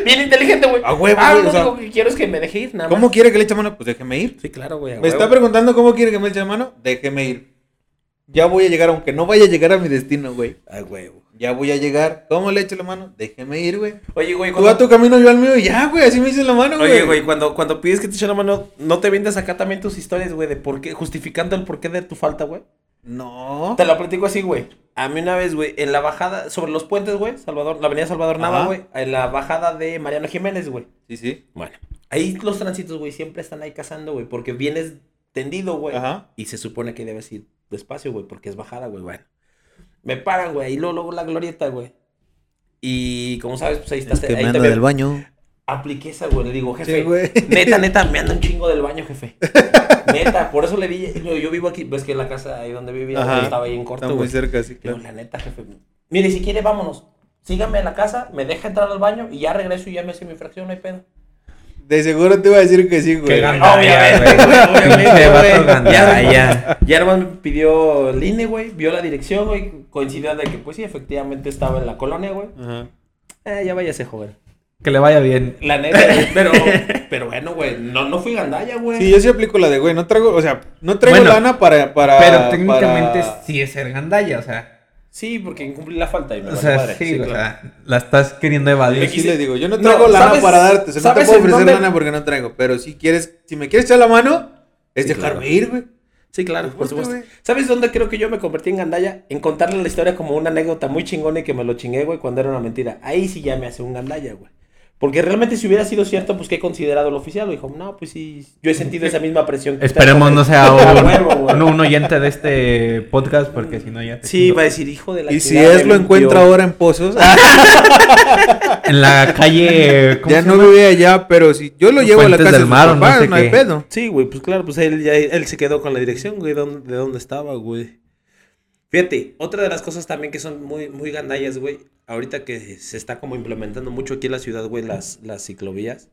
B: Bien inteligente, güey.
D: A huevo,
B: Ah,
D: güey,
B: lo
D: o sea,
B: único que quiero es que me deje ir, nada
D: ¿Cómo
B: más.
D: quiere que le eche mano? Pues déjeme ir.
B: Sí, claro, güey. a
D: Me está
B: huevo.
D: preguntando cómo quiere que me eche mano. Déjeme ir. Ya voy a llegar, aunque no vaya a llegar a mi destino, güey.
B: A huevo.
D: Ya voy a llegar. ¿Cómo le echo la mano? Déjeme ir, güey.
B: Oye, güey,
D: Tú a
B: cuando,
D: tu camino, yo al mío. y Ya, güey. Así me dices la mano, güey.
B: oye, güey, cuando, cuando pides que te echen la mano, ¿no te vendas acá también tus historias, güey, de por qué, justificando el porqué de tu falta, güey?
D: No.
B: Te lo platico así, güey. A mí una vez, güey, en la bajada, sobre los puentes, güey, Salvador, la avenida Salvador Nava,
D: Ajá.
B: güey, en la bajada de Mariano Jiménez, güey.
D: Sí, sí.
B: Bueno. Ahí los tránsitos, güey, siempre están ahí cazando, güey, porque vienes tendido, güey.
D: Ajá.
B: Y se supone que debes ir despacio, güey, porque es bajada, güey, bueno. Me paran, güey, ahí luego, luego la glorieta, güey. Y como sabes, pues ahí está.
D: Este,
E: Este,
B: ahí también
D: baño.
B: Apliqué esa, güey, le digo, jefe.
D: Sí, güey.
B: (laughs) Neta, neta, me anda un chingo del baño,
D: (laughs)
B: jefe. Neta, por eso le di. Yo, yo vivo aquí, ves que la casa ahí donde vivía
D: Ajá.
B: güey, estaba ahí en corto.
D: Está muy
B: güey.
D: cerca, sí,
B: Le digo,
D: claro.
B: la neta, jefe. Mire, si quiere, vámonos. Sígame a la casa, me deja entrar al baño y ya regreso y ya me hace mi fracción, no hay pedo.
D: De seguro te iba a decir que sí, güey.
E: Qué gan-
B: Obviamente,
E: güey.
B: Ah, güey, (laughs) obviamente,
E: Pinche vato
B: güey. Ya,
E: gandalla.
B: ya nomás me pidió el INE, güey. Vio la dirección, güey. Coincidió de que, pues sí, efectivamente estaba en la colonia, güey.
D: Ajá.
B: Eh, ya váyase, joven.
E: Que le vaya bien.
B: La neta, pero, pero bueno, güey. No, no fui gandalla, güey.
D: Sí, yo sí aplico la de, güey, no traigo, o sea, no traigo
E: Bueno,
D: lana para, para...
E: Pero técnicamente
D: para-
E: sí es ser gandalla, o sea.
B: Sí, porque incumplí la falta y me
E: O
B: valió
E: sea,
B: madre.
E: sí,
B: Sí,
E: o
B: claro.
E: sea, la estás queriendo evadir.
D: Yo sí le digo, yo no
B: No,
D: traigo lana
B: ¿sabes-
D: para darte, o sea, no te
B: sabes
D: puedo
B: en
D: ofrecer
B: dónde-
D: lana porque no traigo, pero si quieres, si me quieres echar la mano, es
B: Sí,
D: dejarme
B: claro.
D: ir, güey.
B: Sí, claro, por
D: Pues,
B: supuesto.
D: güey.
B: ¿Sabes dónde creo que yo me convertí en gandalla? En contarle la historia como una anécdota muy chingona y que me lo chingué, güey, cuando era una mentira. Ahí sí ya me hace un gandalla, güey. Porque realmente si hubiera sido cierto, pues que he considerado lo oficial. Dijo, no, pues sí, yo he sentido esa misma presión.
D: (laughs)
B: que ustedes".
E: Esperemos
B: (laughs)
E: no sea
B: A huevo,
E: un,
B: güey.
E: un, un oyente de este podcast, porque si no ya te
B: Sí,
E: chingo.
B: va a decir, hijo de la
D: Y si
B: chingada,
D: es,
B: me
D: lo
B: mintió".
D: encuentra ahora en Pozos. (laughs)
E: En la (laughs) calle. Ah, ¿cómo
D: ya
E: se
D: no
E: llama?
D: vive allá, pero si yo lo llevo a la
E: Fuentes
D: casa de
E: del
D: sus
E: Mar, o no
D: papás,
E: sé
D: no hay
E: qué.
D: pedo.
B: Sí, güey, pues claro, pues él, ya- él se quedó con la dirección, güey, don- de dónde estaba, güey. Fíjate, otra de las cosas también que son muy, muy gandallas, güey, ahorita que se está como implementando mucho aquí en la ciudad, güey, las, las ciclovías.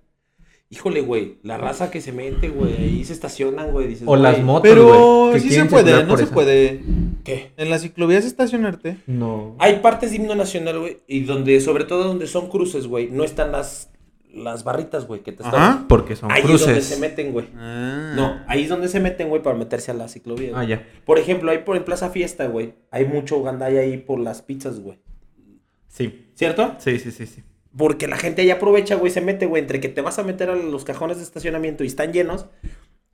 B: Híjole, güey, la raza que se mete, güey, ahí se estacionan, güey, dices,
E: O las
B: güey,
E: motos.
D: Pero
E: güey, que
D: sí se
E: quieren
D: puede,
E: circular
D: no
E: por
D: se
E: esa.
D: puede.
B: ¿Qué?
D: En las ciclovías estacionarte.
E: No.
B: Hay partes de himno nacional, güey, y donde, sobre todo donde son cruces, güey, no están las, las barritas, güey, que te están...
D: Ajá.
E: Porque son
B: Ahí es donde
E: cruces.
B: se meten, güey.
D: No.
B: No, ahí es donde se meten, güey, para meterse a la ciclovía. güey.
E: Ah, ya.
B: Por ejemplo, ahí por en Plaza Fiesta, güey. Hay mucho gandalla ahí por las pizzas, güey.
E: Sí.
B: ¿Cierto?
E: Sí, sí, sí, sí.
B: Porque la gente ahí aprovecha, güey, se mete, güey. Entre que te vas a meter a los cajones de estacionamiento y están llenos,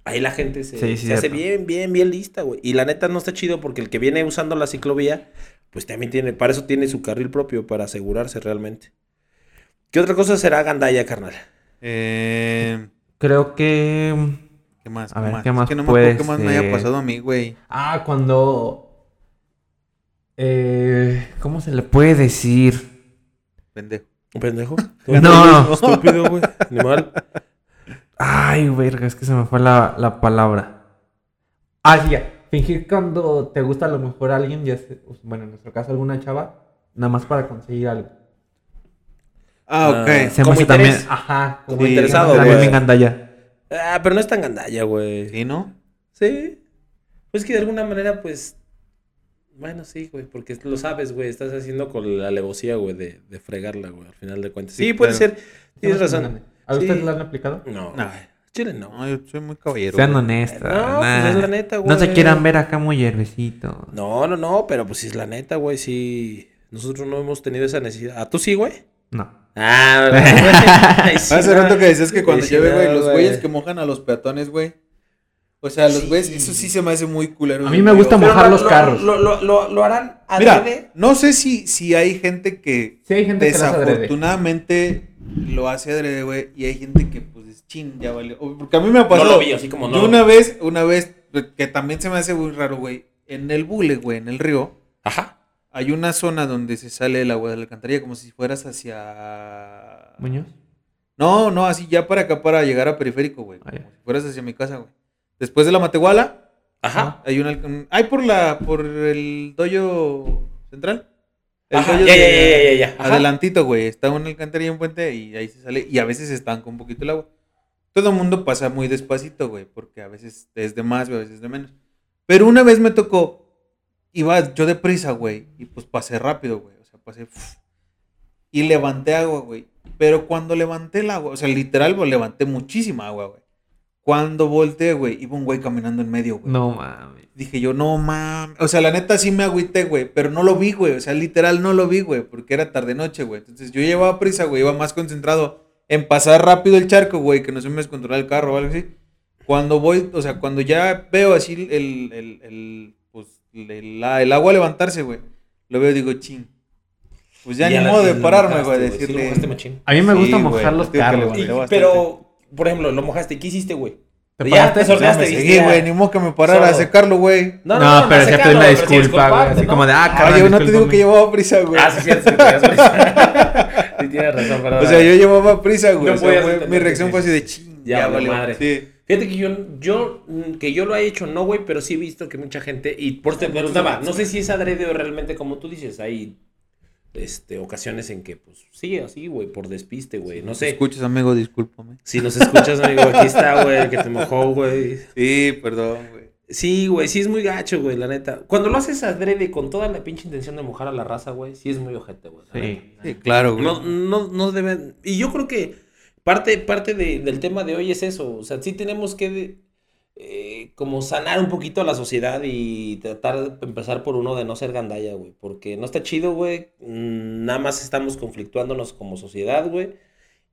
B: ahí la gente se,
E: Sí,
B: se
E: sí, cierto.
B: hace bien, bien, bien lista, güey. Y la neta no está chido porque el que viene usando la ciclovía, pues también tiene, para eso tiene su carril propio, para asegurarse realmente. ¿Qué otra cosa será gandalla, carnal?
D: Eh,
E: Creo que.
D: ¿Qué más?
E: A ver, ¿qué más eh?
D: Es que no me
E: puede
D: acuerdo qué más me haya
E: ser?
D: pasado a mí, güey.
E: Ah, cuando. Eh, ¿Cómo se le puede decir?
D: Pendejo.
E: (laughs)
B: ¿Pendejo?
E: No, no.
B: Estúpido,
E: (laughs)
B: güey. Animal.
E: Ay, verga, es que se me fue la, la palabra. Ah, sí, ya. Fingir cuando te gusta a lo mejor alguien, ya se- bueno, en nuestro caso alguna chava, nada más para conseguir algo.
D: Ah,
B: Ah,
D: ok.
E: Se me
B: Como
E: hace
B: interés.
E: también. Ajá,
B: Como
E: sí,
B: interesado,
E: También
B: güey.
E: me encanta ya.
B: Ah, pero no es tan gandalla, güey.
D: ¿Sí, no?
B: Sí. Pues que de alguna manera, pues. Bueno, sí, güey, porque lo sabes, güey. Estás haciendo con la alevosía, güey, de, de fregarla, güey, al final de cuentas. Sí,
D: Sí,
B: puede
D: claro.
B: ser. Tienes razón.
E: ¿A
B: Sí.
E: ustedes la han aplicado?
B: No.
D: No.
B: Chile no.
D: No, yo soy muy caballero.
E: Sean
D: güey.
E: honestas.
B: No, pues,
E: nah.
B: es la neta,
E: No se
B: güey.
E: quieran ver acá muy hierbecito.
B: No, no, no, pero pues sí es la neta, güey. Sí. Nosotros no hemos tenido esa necesidad. ¿A tú sí, güey?
E: No.
B: (laughs) Ah,
D: Hace rato que decías que cuando llueve, güey, los güeyes que
B: como
D: mojan a los peatones, güey. O sea, los
B: Sí.
D: güeyes, eso sí se me hace muy culero.
E: A
D: güey,
E: mí me gusta
D: pero-
E: mojar los carros.
B: Lo, lo, lo, lo harán adrede.
D: Mira, no sé si, si hay gente que
E: Sí, hay gente que las adrede.
D: desafortunadamente lo hace adrede, güey, y hay gente que, pues, es chin, ya valió. O- Porque a mí me ha
B: No
D: pasado.
B: lo vi, así como no.
D: Yo
B: lo
D: una
B: vi.
D: vez, una vez, que también se me hace muy raro, güey, en el bule, güey, en el río,
B: Ajá.
D: hay una zona donde se sale el agua de la alcantarilla, como si fueras hacia...
E: Muñoz.
D: No, no, así ya para acá, para llegar a periférico, güey.
E: Ah, ya.
D: Como si fueras hacia mi casa, güey. Después de la Matehuala,
B: Ajá.
D: hay una... alcan- Hay por la... por el doyo central. El
B: Ajá.
D: doyo
B: Ya, ya,
D: de-
B: ya, ya, ya, ya. Ajá.
D: Adelantito, güey. Está una alcantarilla, un puente y ahí se sale. Y a veces se estanca un poquito el agua. Todo el mundo pasa muy despacito, güey. Porque a veces es de más, güey, a veces es de menos. Pero una vez me tocó. Iba yo deprisa, güey. Y pues pasé rápido, güey. O sea, pasé. uf, y levanté agua, güey. Pero cuando levanté el agua, o sea, literal, güey, levanté muchísima agua, güey. Cuando volteé, güey, iba un güey caminando en medio, güey.
E: No mames.
D: Dije yo, no mames. O sea, la neta sí me agüité, güey. Pero no lo vi, güey. O sea, literal no lo vi, güey. Porque era tarde noche, güey. Entonces yo llevaba prisa, güey. Iba más concentrado en pasar rápido el charco, güey. Que no se me descontrolara el carro o algo así. Cuando voy, o sea, cuando ya veo así el, el, el, pues, el- la- el agua levantarse, güey. Lo veo y digo, ching. Pues ya,
B: la-
D: ni modo de
B: lo
D: pararme,
B: mojaste,
D: güey.
B: sí, lo
D: Decirle.
B: mojaste machín.
E: A mí me
D: Sí,
E: gusta
D: güey,
E: mojar los
D: te digo que
E: carros.
D: lo-
E: güey.
B: Y-
D: Valió bastante.
B: pero, por ejemplo, lo mojaste. ¿Qué hiciste, güey? Ya
E: ¿Te paraste?
B: te
E: Ya
D: Ya
B: sordeaste,
D: me
B: dijiste,
D: seguí,
B: ya.
D: güey. Ni modo que me parara a
B: Sordo.
D: secarlo, güey.
E: No,
B: para
E: pero ya te
B: sacarlo,
E: doy una
B: pero sí
E: disculpa, güey.
B: disculparte,
E: Así
B: ¿no?
E: como de, ah,
D: Ah,
E: cabrón,
D: yo no te digo
E: discúlpame.
D: que llevaba prisa, güey.
B: (laughs) Ah, sí, cierto. sí, tenías razón.
E: (laughs)
B: Sí, tienes razón, perdón.
D: O sea, yo llevaba prisa, güey.
B: No
D: O sea,
B: podías
D: fue- mi
B: entender.
D: reacción fue así de ching.
B: Ya
D: Ya,
B: valió
D: valió.
B: madre.
D: Sí.
B: Fíjate que yo, yo, mm, que yo lo he hecho, no, güey, pero sí he visto que mucha gente, y por eso te preguntaba, no sé si es adrede o realmente como tú dices, hay este, ocasiones en que, pues, sí, así, güey, por despiste, güey, no sé.
D: Escuchas, amigo, discúlpame.
B: Si nos escuchas, amigo, aquí está, güey, el que te mojó, güey.
D: Sí, perdón, güey.
B: Sí, güey, sí es muy gacho, güey, la neta. Cuando lo haces adrede con toda la pinche intención de mojar a la raza, güey, sí es muy ojete, güey. la
E: Sí.
B: neta.
D: Sí, claro, güey.
B: No, no, no deben. Y yo creo que parte, parte de- del tema de hoy es eso. O sea, sí tenemos que de- eh, como sanar un poquito a la sociedad y tratar de empezar por uno de no ser gandalla, güey. Porque no está chido, güey. Mm, Nada más estamos conflictuándonos como sociedad, güey.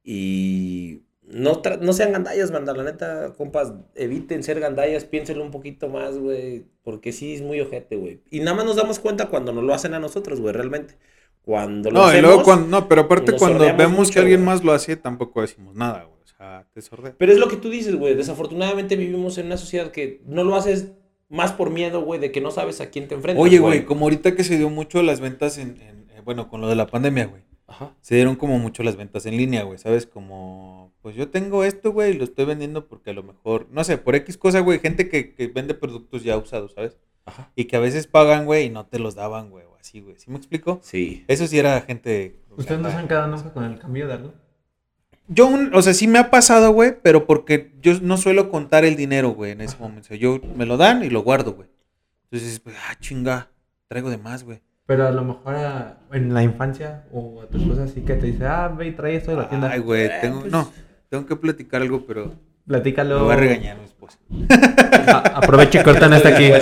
B: Y no, tra- no sean gandallas, banda. La neta, compas, eviten ser gandallas. Piénsenlo un poquito más, güey. Porque sí es muy ojete, güey. Y nada más nos damos cuenta cuando nos lo hacen a nosotros, güey, realmente Cuando lo
D: No, y
B: hacemos...
D: luego cuando, no, pero aparte
B: nos
D: cuando
B: sordeamos
D: vemos
B: mucho,
D: que alguien
B: güey.
D: más lo hace, tampoco decimos nada, güey. O sea, te sordea.
B: Pero es lo que tú dices, güey. Desafortunadamente vivimos en una sociedad que no lo haces más por miedo, güey, de que no sabes a quién te enfrentas.
D: Oye, güey, como ahorita que se dio mucho las ventas en, en- eh, bueno, con lo de la pandemia, güey.
B: Ajá.
D: Se dieron como mucho las ventas en línea, güey, ¿sabes? Como, pues yo tengo esto, güey, y lo estoy vendiendo porque a lo mejor, no sé, por X cosa, güey, gente que, que vende productos ya usados, ¿sabes?
B: Ajá.
D: Y que a veces pagan, güey, y no te los daban, güey, o así, güey. ¿Sí me explico?
B: Sí.
D: Eso sí era gente...
E: ¿Ustedes no se
D: rata.
E: han quedado nunca con el cambio de algo?
D: Yo, un- o sea, sí me ha pasado, güey, pero porque yo no suelo contar el dinero, güey, en ese momento. O sea, yo me lo dan y lo guardo, güey. Entonces, pues, ah, chinga, traigo de más, güey.
E: Pero a lo mejor a- en la infancia o a tu esposa así que te dice, ah, ve y trae esto de la tienda.
D: Ay, güey, tengo, no, tengo que platicar algo, pero
E: Platícalo.
D: me va a regañar mi esposa.
E: A- aprovecha y cortan hasta aquí.
B: No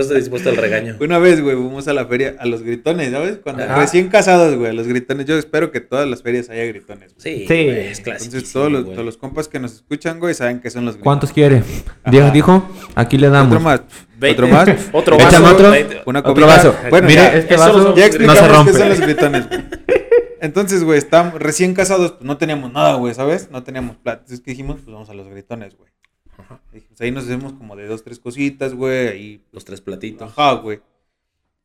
B: estoy dispuesto al regaño.
D: Una vez, güey, fuimos a la feria, a los gritones, ¿sabes? Cuando
E: Ajá.
D: recién casados, güey, a los gritones. Yo espero que todas las ferias haya gritones. güey.
B: Sí,
E: Sí.
B: güey, es clásico.
D: Entonces, todos los, todos los compas que nos escuchan, güey, saben que son los gritones.
E: ¿Cuántos quiere? Dios dijo, aquí le
D: Otro
E: damos.
D: más.
B: Veinte.
D: Ah, Otro más.
B: (laughs)
D: Otro
B: Otro
E: Échame
B: vaso.
E: otro.
B: veinte.
D: Una
E: Otro
D: cobija.
E: vaso.
D: Bueno,
E: Mire,
D: ya.
E: este
B: eso lo
E: vaso
B: somos.
D: Ya
E: no
D: explicamos
E: se rompe.
D: qué son los gritones, güey. Entonces, güey, estamos recién casados, pues no teníamos nada, güey, ¿sabes? No teníamos plata. Entonces, ¿qué dijimos? Pues vamos a los gritones, güey. Dijimos, ahí nos hacemos como de dos, tres cositas, güey. Ahí,
B: Los tres platitos.
D: ajá, güey.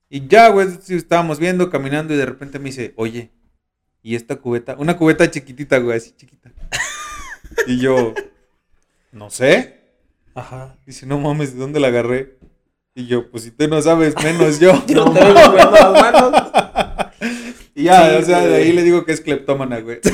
D: Y ya, güey, sí, estábamos viendo, caminando, y de repente me dice, oye, ¿y esta cubeta? Una cubeta chiquitita, güey, así chiquita. y yo, no sé. Ajá. Dice, no mames, ¿de dónde la agarré? Y yo, pues si tú no sabes, menos yo.
B: (laughs) Yo traigo, güey, las manos.
D: Y ya,
B: Sí,
D: o sea, de
B: güey.
D: ahí le digo que es cleptómana,
B: (laughs)
D: güey.
B: fue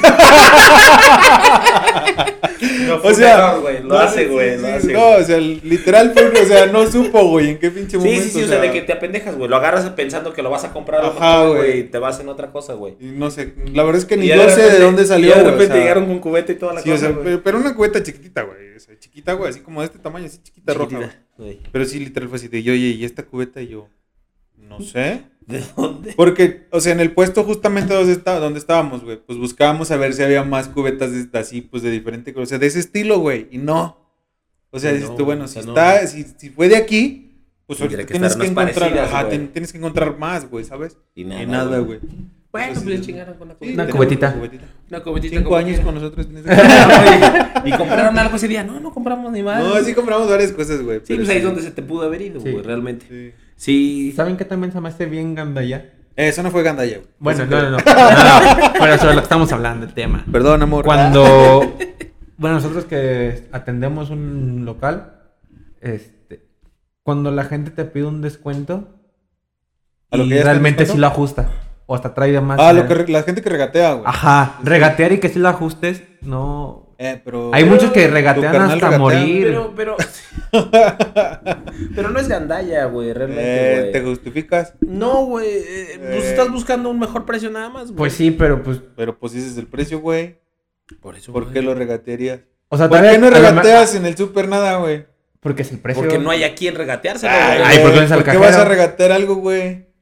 D: o sea,
B: un error, güey, lo hace,
D: sí,
B: güey,
D: sí,
B: lo
D: sí,
B: hace,
D: No,
B: güey.
D: o sea, literal fue, o sea, no supo, güey, en qué pinche
B: Sí,
D: momento.
B: sí, sí, o sea, de que te apendejas, güey. Lo agarras pensando que lo vas a comprar, a lo
D: Ajá,
B: mejor,
D: güey.
B: güey, y te vas en otra cosa, güey.
D: y no sé, la verdad es que ni
B: Y ya
D: yo sé de
B: repente-
D: dónde salió,
B: y ya de
D: güey, o
B: repente
D: sea,
B: llegaron con cubeta y toda la
D: sí, o
B: cosa,
D: sea,
B: güey.
D: pero, pero una cubeta chiquitita, güey, o sea, chiquita, güey, así como de este tamaño, así chiquita, roja, güey.
B: Chiquitita, güey.
D: Pero sí, literal fue así de, y, oye, ¿y esta cubeta? Y yo, no sé.
B: ¿De dónde?
D: Porque, o sea, en el puesto justamente donde, está, donde estábamos, güey, pues buscábamos a ver si había más cubetas de, así, pues de diferente, o sea, de ese estilo, güey, y no. O sea,
B: No,
D: dices tú, bueno,
B: o
D: si
B: sea, no.
D: está, si, si fue de aquí, pues
B: Tendría
D: ahorita
B: que
D: tienes
B: estar
D: que
B: más
D: encontrar,
B: parecidas,
D: ajá,
B: güey.
D: ten- tienes que encontrar más, güey, ¿sabes?
B: Y
D: Y nada, güey.
B: Bueno,
D: Eso sí,
B: pues le
D: sí.
B: chingaron con la
D: Sí,
B: cubeta.
E: Una
D: tenemos
E: cubetita.
B: Una cubetita.
D: Cinco
B: como
D: años
B: quiera.
D: con nosotros.
B: (laughs)
D: en ese-
B: y compraron algo ese día. No, no compramos ni más.
D: no, sí compramos varias cosas, güey.
B: Sí,
D: pero
B: pues ahí es donde se te pudo haber ido,
E: Sí.
B: güey, realmente.
D: sí.
B: Sí.
E: ¿Saben qué también se me hace bien gandalla?
D: Eso no fue gandalla, güey.
E: Bueno,
D: Eso
E: no,
D: fue-
E: no, no. no, no. Pero sobre lo que estamos hablando, el tema.
D: Perdón, amor.
E: Cuando. (laughs) Bueno, nosotros que atendemos un local, este. Cuando la gente te pide un descuento,
D: ¿A lo
E: y
D: que ya está el
E: realmente
D: descuento?
E: sí lo ajusta. O hasta trae de más.
D: Ah, lo que re- la gente que regatea, güey.
E: Ajá. Regatear y que sí lo ajustes, no.
D: Eh, pero...
E: Hay muchos que
D: Tu
E: regatean
D: carnal
E: hasta
D: regatea.
E: morir.
D: (laughs)
B: Pero, pero. pero no es gandalla, güey,
D: Eh,
B: realmente,
D: te
B: güey.
D: justificas,
B: No, güey. eh, Pues
D: Eh.
B: estás buscando un mejor precio nada más, güey.
E: Pues sí, pero pues.
D: pero pues dices el precio, güey.
B: Por eso.
D: ¿Por
B: güey.
D: qué lo regatearías?
E: O sea,
D: ¿Por
E: tal
D: qué
E: vez
D: no
E: a lo ma-
D: regateas en el súper nada, güey?
E: Porque es el precio.
B: Porque no hay a quién regateárselo,
E: Ay,
B: güey.
E: ay, ¿por qué no es al
D: ¿Por qué
E: cajero?
D: vas a regatear algo, güey?
B: Pues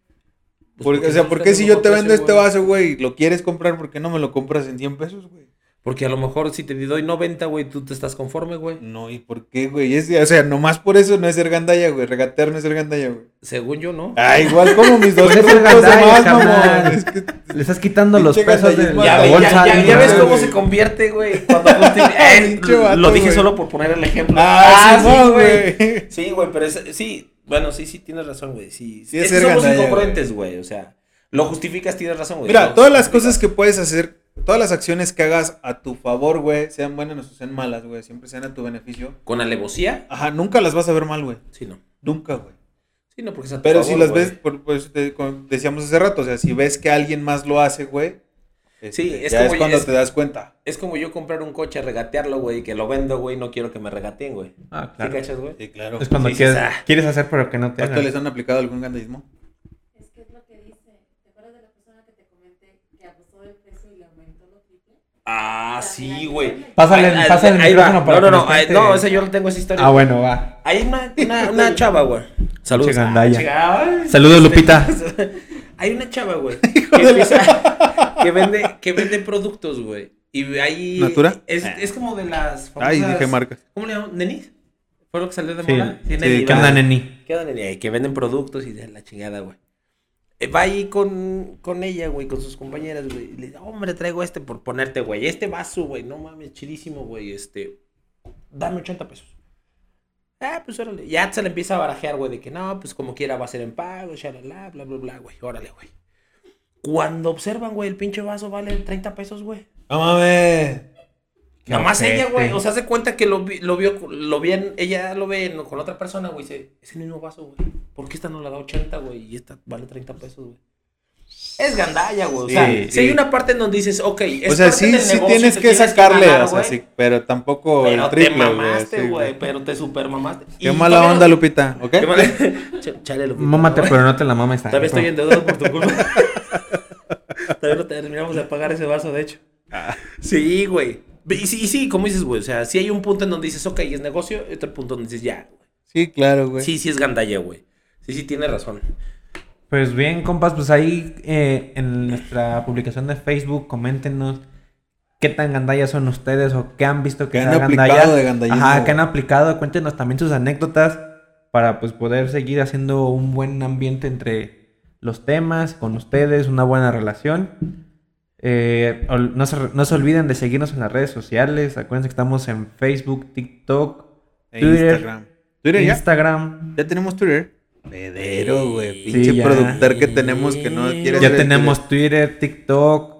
D: Porque-
B: porque
D: o sea,
B: no
D: ¿por qué
B: buscas
D: si
B: el
D: yo
B: mejor
D: te vendo
B: precio,
D: este
B: güey?
D: vaso, güey, y lo quieres comprar, ¿por qué no me lo compras en 100 pesos, güey?
B: Porque a lo mejor si te doy 90, güey, tú te estás conforme, güey.
D: No, ¿y por qué, güey? Es- o sea, nomás por eso no es ser gandalla, güey. Regatear no es ser gandalla, güey.
B: Según yo, ¿no?
D: Ah, igual como mis
E: (laughs)
D: dos
E: Pues es ser
D: productos de
E: gandalla,
D: más, mamón.
E: carnal.
D: Es que
E: Le estás quitando los
D: Pinche
E: pesos de
D: gandallismo
E: la
B: Ya,
D: ve,
B: ya,
E: bolsa.
B: ya-
E: ¿no?
B: ya ves cómo
D: güey.
B: se convierte, güey. Cuando (laughs) justi- Eh,
D: Pinche vato,
B: lo dije
D: güey.
B: solo por poner el ejemplo.
D: Ah,
B: sí,
D: Simón, güey.
B: Sí, güey, pero es- sí. Bueno, sí, sí, tienes razón, güey. Sí,
D: Sí,
B: es
D: es
B: que
D: ser
B: somos
D: gandalla,
B: incongruentes, güey. O sea, lo justificas, tienes razón, güey.
D: Mira,
B: Lo
D: todas las
B: justificas.
D: cosas que puedes hacer, todas las acciones que hagas a tu favor, güey, sean buenas o sean malas, güey, siempre sean a tu beneficio.
B: ¿Con alevosía?
D: Ajá, nunca las vas a ver mal, güey.
B: Sí, no.
D: Nunca, güey.
B: Sí, no, porque es a tu
D: Pero si
B: favor,
D: las
B: güey.
D: ves, por, por eso te- como decíamos hace rato, o sea, si ves que alguien más lo hace, güey, este,
B: Sí, es
D: ya
B: como-
D: es cuando
B: es-
D: te das cuenta.
B: Es como yo comprar un coche, regatearlo, güey, que lo vendo, güey, no quiero que me regateen, güey.
E: Ah,
B: ¿Sí
E: claro.
B: cachas, güey?
D: Sí, claro.
E: Es cuando
B: Sí,
E: quieres,
B: sí, sí.
E: quieres hacer pero que no te
D: ¿A
E: hagan.
D: ustedes les han aplicado algún gandismo?
F: Es que es lo que dice. ¿Te acuerdas de la persona que te comenté que abusó del precio y le aumentó lo triple?
B: Ah, sí, güey.
E: Pásale-
B: Ahí-
E: pásale el
B: ahí va.
E: micrófono
B: No,
E: para
B: no,
E: que
B: no,
E: la
B: ahí-
E: gente-
B: no, esa yo no tengo esa historia.
E: Ah, bueno, va.
B: Hay una,
E: (laughs)
B: una, una chava, güey. Saludos.
E: Che gandalla.
B: Ah, chica, ay.
E: Saludos,
D: (laughs)
E: Lupita.
B: (laughs) Hay una chava,
E: (laughs)
B: güey. Que, empieza- (laughs) que vende, que vende productos, güey. Y ahí.
D: ¿Natura? Eh.
B: Es, es como de las. Famosas...
D: Ay, dije marcas.
B: ¿Cómo le llaman? ¿Nenis? ¿Fue lo que salió de
E: Sí,
B: moda?
E: sí,
B: Nelly,
E: ¿qué
B: ¿verdad?
E: onda, neni?
B: ¿Qué onda, Nelly? Ay, Que venden productos y de la chingada, güey. eh, va ahí con, con ella, güey, con sus compañeras, güey. Y le dice, hombre, traigo este por ponerte, güey. Este vaso, güey, no mames, chidísimo, güey. Este, dame 80 pesos. Ah, pues órale. Ya se le empieza a barajear, güey, de que no, pues como quiera va a ser en pago, shalala, bla, bla, bla, güey. Órale, güey. Cuando observan, güey, el pinche vaso vale 30 pesos, güey.
D: No mames.
B: Nada más
E: ojete.
B: ella, güey. O sea, hace cuenta que lo, vi- lo vio, lo vi en- ella lo ve en- con otra persona, güey. Dice, es el mismo vaso, güey. ¿Por qué esta no la da 80, güey? Y esta vale 30 pesos, güey. Es gandalla, güey. O
D: Sí,
B: sea, si
D: sí.
B: hay una parte en donde dices, ok, es
D: O sea,
B: parte
D: sí,
B: del
D: sí
B: negocio,
D: tienes
B: te
D: que sacarle,
B: ganar,
D: o sea,
B: güey,
D: sí, pero tampoco
B: Pero
D: el
B: te
D: triple, güey.
B: mamaste,
D: así,
B: güey. pero te super mamaste.
D: Qué mala onda, Lupita, ¿ok?
B: Qué mala... (laughs) Ch- Chale, Lupita.
E: Mámate,
B: ¿no?
E: pero no te la mames. tanto.
B: Todavía estoy endeudado por tu culpa. (laughs) Todavía no terminamos de pagar ese vaso, de hecho. Ah, Sí, güey. Y sí, y sí, como dices, güey. O sea, sí hay un punto en donde dices, ok, es negocio. Y otro punto donde dices, ya, güey.
D: Sí, claro, güey.
B: Sí, sí es gandalla, güey. Sí, sí, tiene razón.
E: Pues bien, compas, pues ahí eh, en nuestra publicación de Facebook, coméntenos qué tan gandallas son ustedes o qué han visto
D: ¿Qué
E: que
D: han
E: sea
D: aplicado
E: gandalla.
D: de gandallismo,
E: Ajá, qué han
D: güey?
E: aplicado. Cuéntenos también sus anécdotas para pues poder seguir haciendo un buen ambiente entre los temas, con ustedes, una buena relación. Eh, ol- no, se, re- no se olviden de seguirnos en las redes sociales. Acuérdense que estamos en Facebook, TikTok,
D: E
E: Twitter.
D: Instagram. Twitter ya.
E: Instagram.
D: Ya tenemos Twitter. Pedero, güey.
B: Sí,
D: Pinche
E: ya.
D: productor que tenemos que no quiere
E: Ya
D: hacer el
E: tenemos Twitter, TikTok.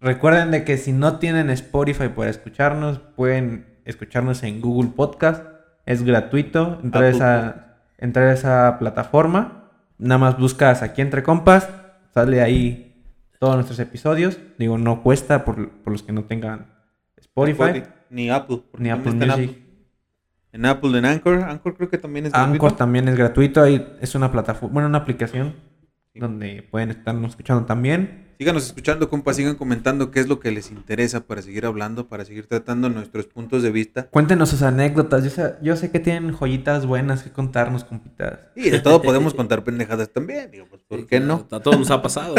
E: Recuerden de que si no tienen Spotify para escucharnos, pueden escucharnos en Google Podcast. Es gratuito. Entrar a
D: Apple
E: esa, entrar a esa plataforma. Nada más buscas aquí entre compas. Sale ahí todos nuestros episodios. Digo, no cuesta por, por los que no tengan
D: Twitter.
E: Spotify.
D: Ni Apple. porque
E: Ni Apple
D: también está en
E: Music.
D: En Apple, en Anchor. Anchor creo que también es
E: Anchor
D: gratuito.
E: también es gratuito. Ahí es una plataforma, bueno, una aplicación donde pueden estarnos escuchando también.
D: Síganos escuchando, compa. Sigan comentando qué es lo que les interesa para seguir hablando, para seguir tratando nuestros puntos de vista.
E: Cuéntenos sus anécdotas. Yo sé, yo sé que tienen joyitas buenas que contarnos, compitas.
D: Y de todo podemos contar pendejadas también. Digo, pues, ¿por
B: Sí,
D: qué
B: claro,
D: no?
B: A todos nos ha pasado.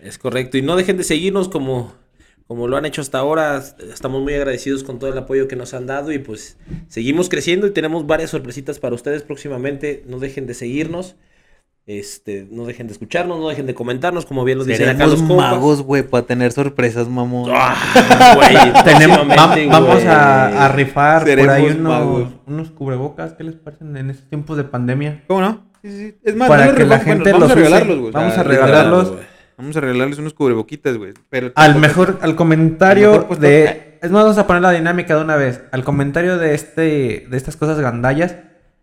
B: es correcto. Y no dejen de seguirnos como, como lo han hecho hasta ahora. Estamos muy agradecidos con todo el apoyo que nos han dado y pues seguimos creciendo y tenemos varias sorpresitas para ustedes próximamente. No dejen de seguirnos. Este, no dejen de escucharnos, no dejen de comentarnos, como bien lo dicen acá los
D: Seremos
B: compas.
D: magos, güey, para tener sorpresas, mamón.
B: (laughs) Ah, güey,
E: Tenemos,
B: próximamente,
E: vam- vamos
B: güey.
E: a, a rifar por
D: Seremos
E: ahí unos,
D: magos.
E: unos cubrebocas. ¿Qué les parecen en estos tiempos de pandemia?
D: ¿Cómo no? Sí, sí, sí. Es más,
E: Para
D: no les
E: que la
D: regalamos- bueno,
E: gente
D: vamos
E: los
D: a
E: use.
D: regalarlos, güey.
E: Vamos
D: O sea,
E: a regalarlos.
B: güey.
D: Vamos a regalarles unos cubreboquitas, güey. Pero
E: Al mejor, al comentario
D: Al mejor puesto.
E: de. Es más, vamos a poner la dinámica de una vez. Al comentario de este, de estas cosas gandallas,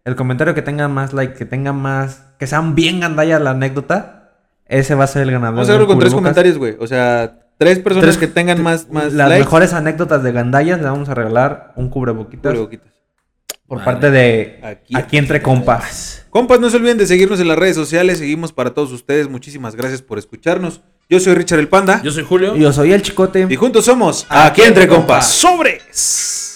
E: el comentario que tenga más like, que tenga más, que sean bien gandallas la anécdota, ese va a ser el ganador.
D: Vamos a hacerlo
E: del
D: con tres
E: cubrebocas.
D: comentarios, güey. O sea, tres personas
E: Tres-
D: que tengan más, más
E: Las
D: likes.
E: mejores anécdotas de gandallas le vamos a regalar un cubreboquitas
D: cubreboquitas.
E: por
B: Madre.
E: parte de
D: Aquí.
E: aquí, entre compas.
D: Compas, no se olviden de seguirnos en las redes sociales. Seguimos para todos ustedes. Muchísimas gracias por escucharnos. Yo soy Richard el Panda.
B: Yo soy Julio.
E: Yo soy el chicote.
D: Y juntos somos Aquí Entre Compas. ¡Sobres!